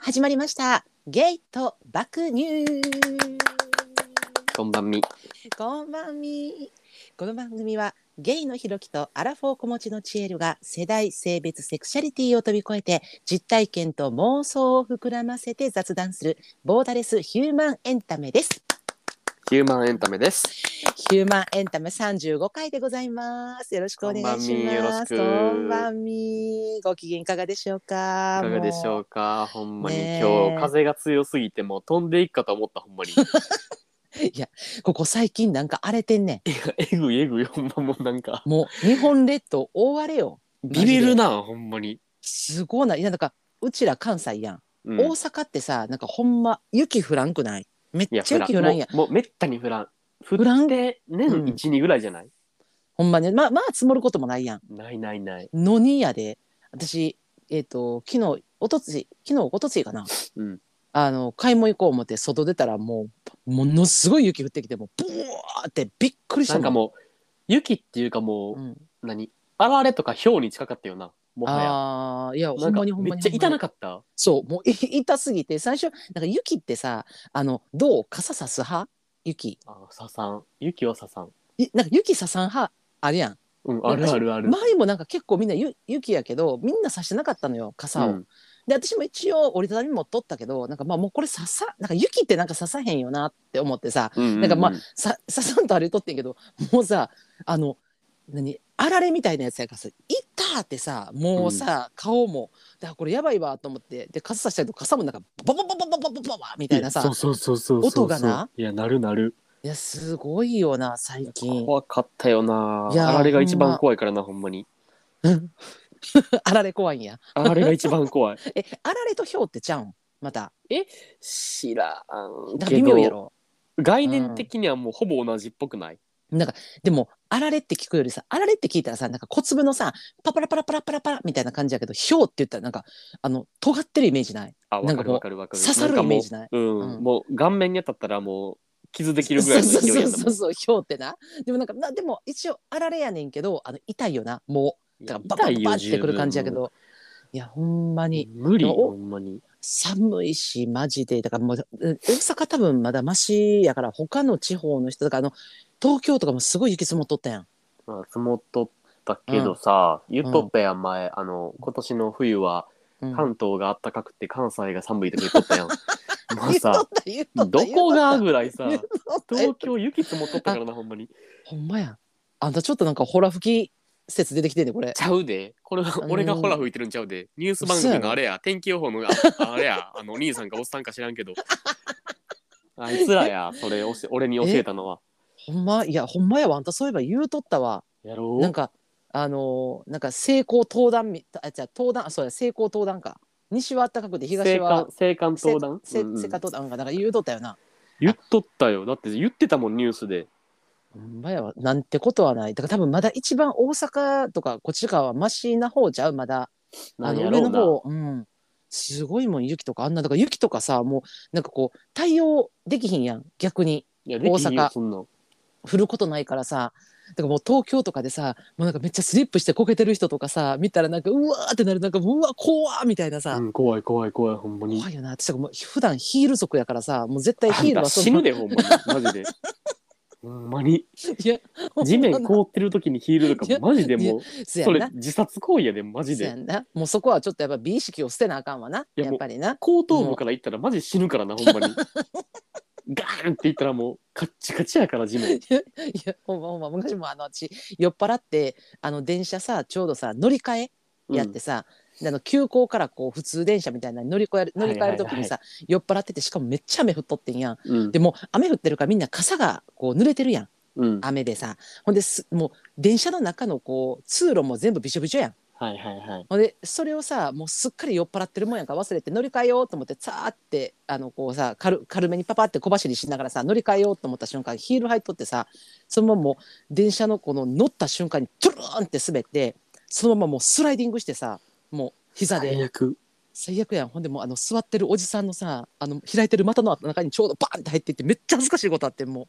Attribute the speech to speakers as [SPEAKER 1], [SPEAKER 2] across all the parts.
[SPEAKER 1] 始まりました。ゲイと爆乳。
[SPEAKER 2] こんばんみ。
[SPEAKER 1] こんばんみ。この番組はゲイのひろきとアラフォー子持ちのチエルが世代、性別、セクシャリティを飛び越えて実体験と妄想を膨らませて雑談するボーダレスヒューマンエンタメです。
[SPEAKER 2] ヒューマンエンタメです。
[SPEAKER 1] ヒューマンエンタメ35回でございます。よろしくお願い
[SPEAKER 2] こんばん
[SPEAKER 1] し
[SPEAKER 2] みよろ
[SPEAKER 1] ま
[SPEAKER 2] し
[SPEAKER 1] す。
[SPEAKER 2] く
[SPEAKER 1] こんばんみ。ご機嫌いかがでしょう
[SPEAKER 2] い
[SPEAKER 1] か。
[SPEAKER 2] かがでしょ
[SPEAKER 1] う
[SPEAKER 2] うか。ほんまに
[SPEAKER 1] ねえ
[SPEAKER 2] 今日風が強すぎてもう飛んでいくかと思ったほんまに。
[SPEAKER 1] ここ最近なんか荒れてんね
[SPEAKER 2] えぐいえぐいほんまもうなんか
[SPEAKER 1] ん。もう日本列島大荒れよ。
[SPEAKER 2] ビビるなほんまに。
[SPEAKER 1] すごいな。いやなんかうちら関西やん。
[SPEAKER 2] うん
[SPEAKER 1] 大阪ってさ、なんかほんま雪降らんくない。めっ
[SPEAKER 2] いや
[SPEAKER 1] ちゃ
[SPEAKER 2] フラ
[SPEAKER 1] 雪降らんやん。
[SPEAKER 2] もうもうめったにフラン。
[SPEAKER 1] 降らん
[SPEAKER 2] で
[SPEAKER 1] うん
[SPEAKER 2] 年一二ぐらいじゃない？
[SPEAKER 1] ほんまね。まあまあ積もることもないやん。
[SPEAKER 2] ないないない。
[SPEAKER 1] のにやで。私えっ、と昨日おとつい昨日おとついかな。
[SPEAKER 2] うん。
[SPEAKER 1] あの買い物行こう思って外出たらもうものすごい雪降ってきてもうブワーってびっくりし
[SPEAKER 2] な
[SPEAKER 1] た
[SPEAKER 2] んかもう雪っていうかも
[SPEAKER 1] う、
[SPEAKER 2] うん何？あられとか氷に近かったよな。もはや。
[SPEAKER 1] ああいやほ
[SPEAKER 2] なんん
[SPEAKER 1] ま
[SPEAKER 2] か
[SPEAKER 1] にほん
[SPEAKER 2] め
[SPEAKER 1] まに
[SPEAKER 2] っちゃ痛
[SPEAKER 1] ほんま
[SPEAKER 2] な
[SPEAKER 1] に
[SPEAKER 2] かった。
[SPEAKER 1] そうもうい痛すぎて最初なんか雪ってさあのどう傘さす派雪
[SPEAKER 2] あささん。雪はささん。
[SPEAKER 1] いなんか雪ささん派あるやん
[SPEAKER 2] うんあるあるある。
[SPEAKER 1] 前もなんか結構みんなゆ雪やけどみんなさしてなかったのよ傘を、
[SPEAKER 2] うん
[SPEAKER 1] で私も一応折りたたみ持っとったけどなんかまあもうこれささなんか雪ってなんかささへんよなって思ってさ
[SPEAKER 2] な
[SPEAKER 1] なんかまあさささんとあれとってんけどもうさあの何あられみたいなやつやからさ「いった!」ってさもうさ、顔もだからこれやばいわと思ってで傘さしたりと傘もなんかボボボボボボボボボみたいなさ
[SPEAKER 2] そうそうそうそうそう
[SPEAKER 1] 音がない
[SPEAKER 2] やなるなる
[SPEAKER 1] いやすごいよな最近
[SPEAKER 2] 怖かったよない
[SPEAKER 1] やー
[SPEAKER 2] あられが一
[SPEAKER 1] ほん
[SPEAKER 2] 番
[SPEAKER 1] ま
[SPEAKER 2] 怖いからなほんまに
[SPEAKER 1] あられ怖いんや
[SPEAKER 2] あられが一番怖い
[SPEAKER 1] えあられとひょうってちゃうんまた
[SPEAKER 2] 知らん
[SPEAKER 1] なんか
[SPEAKER 2] け
[SPEAKER 1] 微妙や
[SPEAKER 2] ど
[SPEAKER 1] ろ
[SPEAKER 2] 概念的にはもうほぼ同じっぽくない、
[SPEAKER 1] でもあられって聞くよりさあられって聞いたらさなんか小粒のさパパラパラパラパラパラみたいな感じやけどひょうって言ったらなんかあの尖ってるイメージない
[SPEAKER 2] あわかる
[SPEAKER 1] なん
[SPEAKER 2] わ
[SPEAKER 1] か
[SPEAKER 2] かるわかる
[SPEAKER 1] 刺さるイメージ
[SPEAKER 2] なんか
[SPEAKER 1] ない
[SPEAKER 2] もううん、
[SPEAKER 1] うん
[SPEAKER 2] もう顔面に当たったらもう傷できるぐらいの勢いやった
[SPEAKER 1] そうそうそう
[SPEAKER 2] も
[SPEAKER 1] んそうひょうってなでもなんかなでも一応あられやねんけどあの痛いよなもう
[SPEAKER 2] い
[SPEAKER 1] だ
[SPEAKER 2] や
[SPEAKER 1] からババ
[SPEAKER 2] 痛い
[SPEAKER 1] バ
[SPEAKER 2] よ
[SPEAKER 1] バってくる感じやけどいやほんま
[SPEAKER 2] 十
[SPEAKER 1] に
[SPEAKER 2] 分無理
[SPEAKER 1] でもお
[SPEAKER 2] ほんまに
[SPEAKER 1] 寒いしマジでだからもうえ大阪多分まだマシやから他の地方の人だからあの東京とかもすごい雪積もっとったやん
[SPEAKER 2] まあ積もっとったけどさ、ゆっとっぺや前あの今年の冬は
[SPEAKER 1] うん
[SPEAKER 2] 関東が暖かくて関西が寒いとか言っと ったやんもう
[SPEAKER 1] 言っと
[SPEAKER 2] さ
[SPEAKER 1] った言っとった
[SPEAKER 2] どこがぐらいさ
[SPEAKER 1] 言っとった言っと
[SPEAKER 2] 東
[SPEAKER 1] った
[SPEAKER 2] 京雪積もっとったからなほんまに
[SPEAKER 1] ほんまやあんたちょっとなんかホラ吹き説出てきてんねこれ
[SPEAKER 2] ちゃうでこれは
[SPEAKER 1] うん
[SPEAKER 2] 俺がほら吹いてるんちゃうでニュース番組のあれや天気予報のああれやあのお兄さんかおっさんか知らん けどあいつらやそれおし俺に教えたのは
[SPEAKER 1] ほんまいやほんまやわあんたそういえば言うとったわ
[SPEAKER 2] やろう
[SPEAKER 1] なんかあのーなんか西高東南みあじゃあ東南あそうや西高東南か西は暖かくて
[SPEAKER 2] 青
[SPEAKER 1] 東は
[SPEAKER 2] 函青函東南
[SPEAKER 1] 西
[SPEAKER 2] うんうん
[SPEAKER 1] 西高東南かなんか言うとったよな
[SPEAKER 2] 言っとったよだって言ってたもんニュースで
[SPEAKER 1] ほんまやわなんてことはないだから多分まだ一番大阪とかこっち側はマシな方じゃうまだあ
[SPEAKER 2] 何
[SPEAKER 1] の
[SPEAKER 2] や
[SPEAKER 1] 上
[SPEAKER 2] ろう
[SPEAKER 1] の
[SPEAKER 2] な
[SPEAKER 1] 方うんすごいもん雪とかあんなだから雪とかさもうなんかこう対応できひんやん逆に
[SPEAKER 2] いやできひんよ
[SPEAKER 1] 大阪
[SPEAKER 2] そんなん
[SPEAKER 1] 振ることないからさだからもう東京とかでさもうなんかめっちゃスリップしてこけてる人とかさ見たらなんかうわーってなるなんかうわ怖ーみたいなさ、
[SPEAKER 2] うん怖い怖い怖いほんまに
[SPEAKER 1] 怖いよな私なんかもう普段ヒール族やからさもう絶対ヒール
[SPEAKER 2] あ
[SPEAKER 1] は
[SPEAKER 2] んた
[SPEAKER 1] そ
[SPEAKER 2] 死
[SPEAKER 1] の
[SPEAKER 2] ぬでほんまに マジでほんまに
[SPEAKER 1] いや
[SPEAKER 2] 地面凍ってる時にヒールとかマジでもう
[SPEAKER 1] そ
[SPEAKER 2] そ
[SPEAKER 1] やん
[SPEAKER 2] れ
[SPEAKER 1] な
[SPEAKER 2] 自殺行為やでマジ
[SPEAKER 1] そや
[SPEAKER 2] で
[SPEAKER 1] んなもうそこはちょっとやっぱ美意識を捨てなあかんわないや
[SPEAKER 2] やも
[SPEAKER 1] っ
[SPEAKER 2] う
[SPEAKER 1] ぱりな
[SPEAKER 2] 後頭部から行ったらマジ死ぬからなほんまに ガーンって行ったらもうカッチカチやから地面
[SPEAKER 1] いやいやほんまほんま昔もあの私酔っ払ってあの電車さちょうどさ乗り換え やってさ、であの急行からこう普通電車みたいなのに乗り越える乗り換える時にさ、酔っ払っててしかもめっちゃ雨降っとってんやん
[SPEAKER 2] うん
[SPEAKER 1] でも雨降ってるからみんな傘がこう濡れてるやん
[SPEAKER 2] うん
[SPEAKER 1] 雨でさほんですもう電車の中のこう通路も全部びしょびしょやん
[SPEAKER 2] はいはいはい
[SPEAKER 1] ほんでそれをさもうすっかり酔っ払ってるもんやんから忘れて乗り換えようと思ってさーってあのこうさ軽軽めにパパって小走りしながらさ乗り換えようと思った瞬間ヒール入っとってさそのままもう電車のこの乗った瞬間にトゥルーンって滑ってそのままもうスライディングしてさもう膝で
[SPEAKER 2] 最悪
[SPEAKER 1] 最悪やんほんでもうあの座ってるおじさんのさあの開いてる股の中にちょうどバーンって入っていってめっちゃ恥ずかしいことあってんも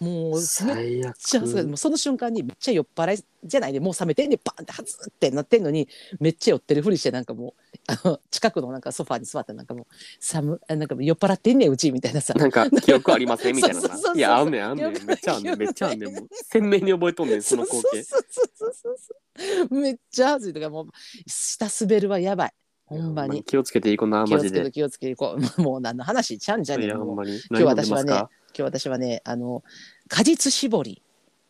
[SPEAKER 1] もうめっ
[SPEAKER 2] 最悪
[SPEAKER 1] ちゃ恥ずかしいもうその瞬間にめっちゃ酔っ払いじゃないでもう冷めてんでバンってはずってなってんのにめっちゃ酔ってるふりしてなんかもうあの近くのなんかソファーに座ってなんかもう寒あなんかもう酔っ払ってんねんうちみたいなさ
[SPEAKER 2] なんか記憶ありませんみたいな
[SPEAKER 1] そうそう
[SPEAKER 2] さ
[SPEAKER 1] そうそ。う
[SPEAKER 2] いや、あんねん、あんねん。
[SPEAKER 1] 記憶
[SPEAKER 2] めっちゃあんねん、めっちゃあんねん。もう鮮明に覚えとんねん、その光景。
[SPEAKER 1] そうそうそうそうそうめっちゃ恥ずいとからもう下滑るはやばいほんまに
[SPEAKER 2] 気をつけていこうな、
[SPEAKER 1] 気
[SPEAKER 2] マ
[SPEAKER 1] を
[SPEAKER 2] ジ
[SPEAKER 1] つけて
[SPEAKER 2] で。
[SPEAKER 1] 気をつけていこう もう何の話ちゃうんじゃ
[SPEAKER 2] い
[SPEAKER 1] ねえ
[SPEAKER 2] や、
[SPEAKER 1] の
[SPEAKER 2] ほん
[SPEAKER 1] 今
[SPEAKER 2] まに。
[SPEAKER 1] 日
[SPEAKER 2] 何飲んで
[SPEAKER 1] 私
[SPEAKER 2] ま
[SPEAKER 1] は
[SPEAKER 2] す
[SPEAKER 1] ね
[SPEAKER 2] か
[SPEAKER 1] 日私はねあの果実絞り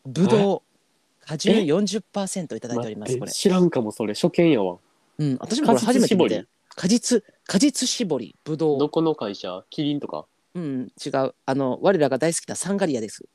[SPEAKER 1] ぶどう果汁
[SPEAKER 2] え
[SPEAKER 1] 40%いただいておりま
[SPEAKER 2] 待
[SPEAKER 1] す
[SPEAKER 2] っ
[SPEAKER 1] こ
[SPEAKER 2] て
[SPEAKER 1] れ、
[SPEAKER 2] 知らんかも、それ。初見やわ。
[SPEAKER 1] うん、私もこれ初めて見て果実果実絞りぶどう
[SPEAKER 2] どこの会社キリンとか
[SPEAKER 1] うん違うあの我らが大好きなサンガリアです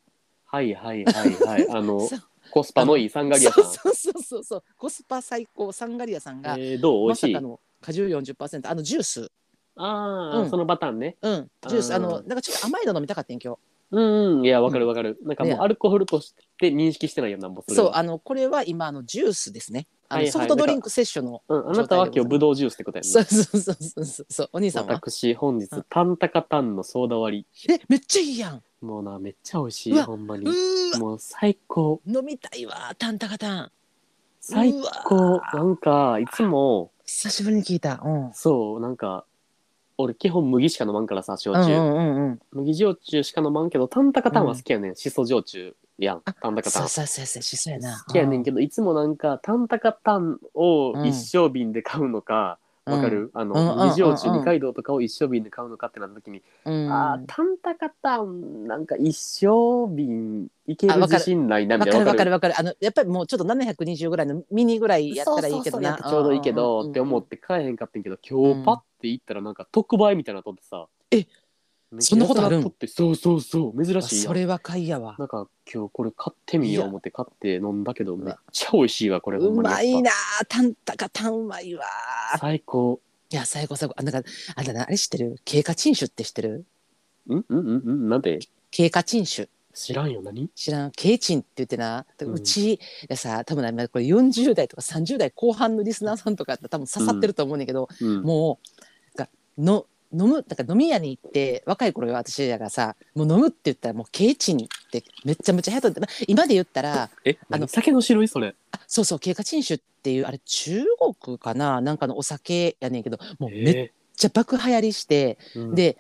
[SPEAKER 2] はいはいはい はい。あの、
[SPEAKER 1] さ
[SPEAKER 2] コスパのいいサンガリアさん。
[SPEAKER 1] そうそうそうそうコスパ最高サンガリアさんが、
[SPEAKER 2] えー、どう美
[SPEAKER 1] ま
[SPEAKER 2] 味し
[SPEAKER 1] さ
[SPEAKER 2] い
[SPEAKER 1] かの果汁40%あのジュース
[SPEAKER 2] ああ、
[SPEAKER 1] うん
[SPEAKER 2] そのパターンね。
[SPEAKER 1] うんジュー
[SPEAKER 2] う
[SPEAKER 1] ス
[SPEAKER 2] ん
[SPEAKER 1] あのなんかちょっと甘いの飲みたかったん今日
[SPEAKER 2] うん、うん、いや、わかるわかる。なんかもう
[SPEAKER 1] ね
[SPEAKER 2] アルコールとして認識してないよ、なんもそれ
[SPEAKER 1] そう
[SPEAKER 2] は。
[SPEAKER 1] あのこれは今あのジュースですねあの、
[SPEAKER 2] はいはい
[SPEAKER 1] ソフトドリンク摂取の
[SPEAKER 2] うん、あなたは今日ブドウジュースってことやん
[SPEAKER 1] そう
[SPEAKER 2] な
[SPEAKER 1] そうそうそうそうそうお兄さんは
[SPEAKER 2] 私、本日
[SPEAKER 1] うん、
[SPEAKER 2] タンタカタンのソーダ割
[SPEAKER 1] えめっちゃいいやんう
[SPEAKER 2] り。もうな、めっちゃ美味し
[SPEAKER 1] う
[SPEAKER 2] い、
[SPEAKER 1] わ
[SPEAKER 2] ほんまに。
[SPEAKER 1] ーわ
[SPEAKER 2] もう最高、
[SPEAKER 1] 飲みたいわタンタカタン
[SPEAKER 2] 最
[SPEAKER 1] うわ
[SPEAKER 2] 高。なんか、いつも、
[SPEAKER 1] 久しぶりに聞いたうん
[SPEAKER 2] そう、なんか、俺基本麦しか飲まんからさ、
[SPEAKER 1] う
[SPEAKER 2] 焼
[SPEAKER 1] んう
[SPEAKER 2] 酎。
[SPEAKER 1] んうんうん
[SPEAKER 2] 麦焼酎しか飲まんけど、タンタカタンは好きやねん。シソ焼酎やん。
[SPEAKER 1] あ
[SPEAKER 2] タンタカタン
[SPEAKER 1] そう。そうそうそうしそうやな
[SPEAKER 2] 好きやねんけど、いつもなんか、タンタカタンを一升瓶で買うの
[SPEAKER 1] う
[SPEAKER 2] か、
[SPEAKER 1] ん
[SPEAKER 2] わかるあ
[SPEAKER 1] うんうんうんう
[SPEAKER 2] の、
[SPEAKER 1] ん
[SPEAKER 2] 二条中二階堂とかを一升瓶で買うのかってなった時に、
[SPEAKER 1] うん
[SPEAKER 2] あータンタカタン、なんか一升瓶いける自信ないな、み
[SPEAKER 1] わ
[SPEAKER 2] た
[SPEAKER 1] か
[SPEAKER 2] い
[SPEAKER 1] る
[SPEAKER 2] な。
[SPEAKER 1] わかるわかるあのやっぱりもうちょっと720ぐらいのミニぐらいやったらいいけどな
[SPEAKER 2] そうそうそうやったらちょうどいいけ
[SPEAKER 1] うんうんうん
[SPEAKER 2] ど、って思って買えへんかったんけど、今日パッて行ったらなんか特売みたいなのとってさ。
[SPEAKER 1] えそんなことあるん
[SPEAKER 2] めっちゃ安くなっとってそうそうそう、珍しいや
[SPEAKER 1] そ
[SPEAKER 2] ん。
[SPEAKER 1] れは買いやわ
[SPEAKER 2] なんか今日これ買ってみよう思って買って飲んだけど、
[SPEAKER 1] う
[SPEAKER 2] めっ
[SPEAKER 1] わ
[SPEAKER 2] ちゃ美味しいわ、これ。
[SPEAKER 1] う
[SPEAKER 2] ほ
[SPEAKER 1] ん
[SPEAKER 2] にやっ
[SPEAKER 1] ま
[SPEAKER 2] ぱ
[SPEAKER 1] いなータンタカタンうまいわー
[SPEAKER 2] 最高。
[SPEAKER 1] いや最高最高あなんかあんたなあれ知ってる経過陳酒って知ってる
[SPEAKER 2] んうんうんうん、なんで
[SPEAKER 1] 経過陳酒
[SPEAKER 2] 知らんよ、何
[SPEAKER 1] 知らんケイチンって言ってなで
[SPEAKER 2] うん
[SPEAKER 1] うちでさ多分な今これ40代とか30代後半のリスナーさんとかやったら多分刺さってると思うねんだけど、
[SPEAKER 2] うん。
[SPEAKER 1] もうなんかの飲むなんか飲み屋に行って若い頃よ私らがさもう飲むって言ったらもうケイチンってめっちゃめちゃ流行ったってまあ今で言ったら
[SPEAKER 2] え、
[SPEAKER 1] あ
[SPEAKER 2] あ
[SPEAKER 1] の
[SPEAKER 2] の、酒の種類それ。
[SPEAKER 1] あそうそう経過陳酒っていうあれ中国かななんかのお酒やねんけどもうめっ
[SPEAKER 2] え
[SPEAKER 1] ちゃ爆流行りして。
[SPEAKER 2] ーうん
[SPEAKER 1] で、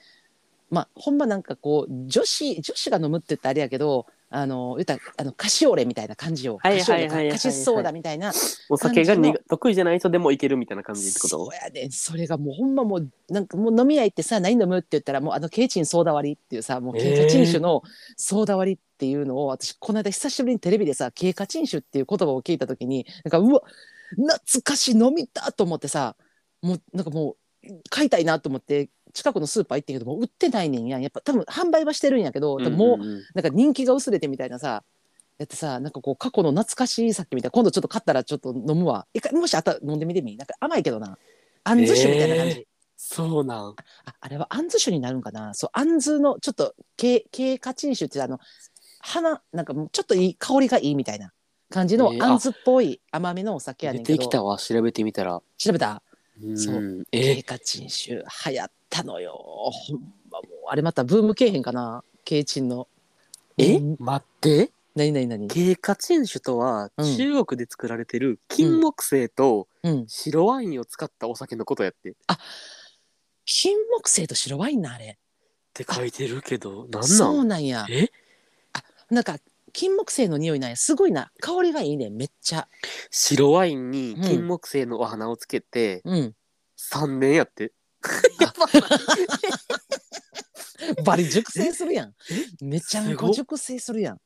[SPEAKER 1] まあ、ほんまなんかこう女子女子が飲むって言ったらあれやけどあの言ったらあのカシオレみたいな感じを
[SPEAKER 2] はい
[SPEAKER 1] カシオ
[SPEAKER 2] はいは
[SPEAKER 1] レ
[SPEAKER 2] いはいはい
[SPEAKER 1] カシソーダみたいな
[SPEAKER 2] お酒が
[SPEAKER 1] 感
[SPEAKER 2] に
[SPEAKER 1] じ
[SPEAKER 2] 得意じゃない人でもいけるみたいな感じってこ
[SPEAKER 1] そ
[SPEAKER 2] と
[SPEAKER 1] うやねんそれがもうほんまもうなんかもう飲み屋行ってさ何飲むって言ったらもうあのケイチンソーダ割りっていうさもう
[SPEAKER 2] えー
[SPEAKER 1] ケイカチン酒のソーダ割りっていうのを、私この間久しぶりにテレビでさケイカチン酒っていう言葉を聞いた時になんかうわ懐かしい飲みたと思ってさもうなんかもう買いたいなと思って近くのスーパー行ってんけどもう売ってないねんやんやっぱ多分販売はしてるんやけど、でももう
[SPEAKER 2] うんうんうん
[SPEAKER 1] なんか人気が薄れてみたいなさやってさなんかこう過去の懐かしいさっきみたいな今度ちょっと買ったらちょっと飲むわ一回もしあったら飲んでみてみなんか甘いけどなあんず酒みたいな感じ、
[SPEAKER 2] そうなん。
[SPEAKER 1] ああれはあんず酒になるんかなそうあんずのちょっと経過陳酒ってあの花なんかもうちょっといい香りがいいみたいな感じの
[SPEAKER 2] えーあ
[SPEAKER 1] あんずっぽい甘めのお酒やね
[SPEAKER 2] 出
[SPEAKER 1] んけ
[SPEAKER 2] て
[SPEAKER 1] ど、
[SPEAKER 2] きたわ、調べてみたら。。
[SPEAKER 1] 調べたそうん
[SPEAKER 2] え
[SPEAKER 1] 経過陳酒流行ったのよほんまもうあれまたブームけえへんかな経陳の
[SPEAKER 2] え
[SPEAKER 1] うん
[SPEAKER 2] 待って
[SPEAKER 1] 何何何
[SPEAKER 2] 経過陳酒とは
[SPEAKER 1] うん
[SPEAKER 2] 中国で作られてる金木犀と
[SPEAKER 1] うん
[SPEAKER 2] 白ワインを使ったお酒のことやって、っ
[SPEAKER 1] 金木犀と白ワインなあれ
[SPEAKER 2] て書いてるけどなんな
[SPEAKER 1] そうんなんや
[SPEAKER 2] え
[SPEAKER 1] なんか金木犀の匂いなんやすごいな香りがいいねめっちゃ
[SPEAKER 2] 白ワインに金木犀のお花をつけて
[SPEAKER 1] うん
[SPEAKER 2] 3年やって、
[SPEAKER 1] バリ熟成するやんめちゃめちゃ
[SPEAKER 2] すごっ
[SPEAKER 1] 熟成するやん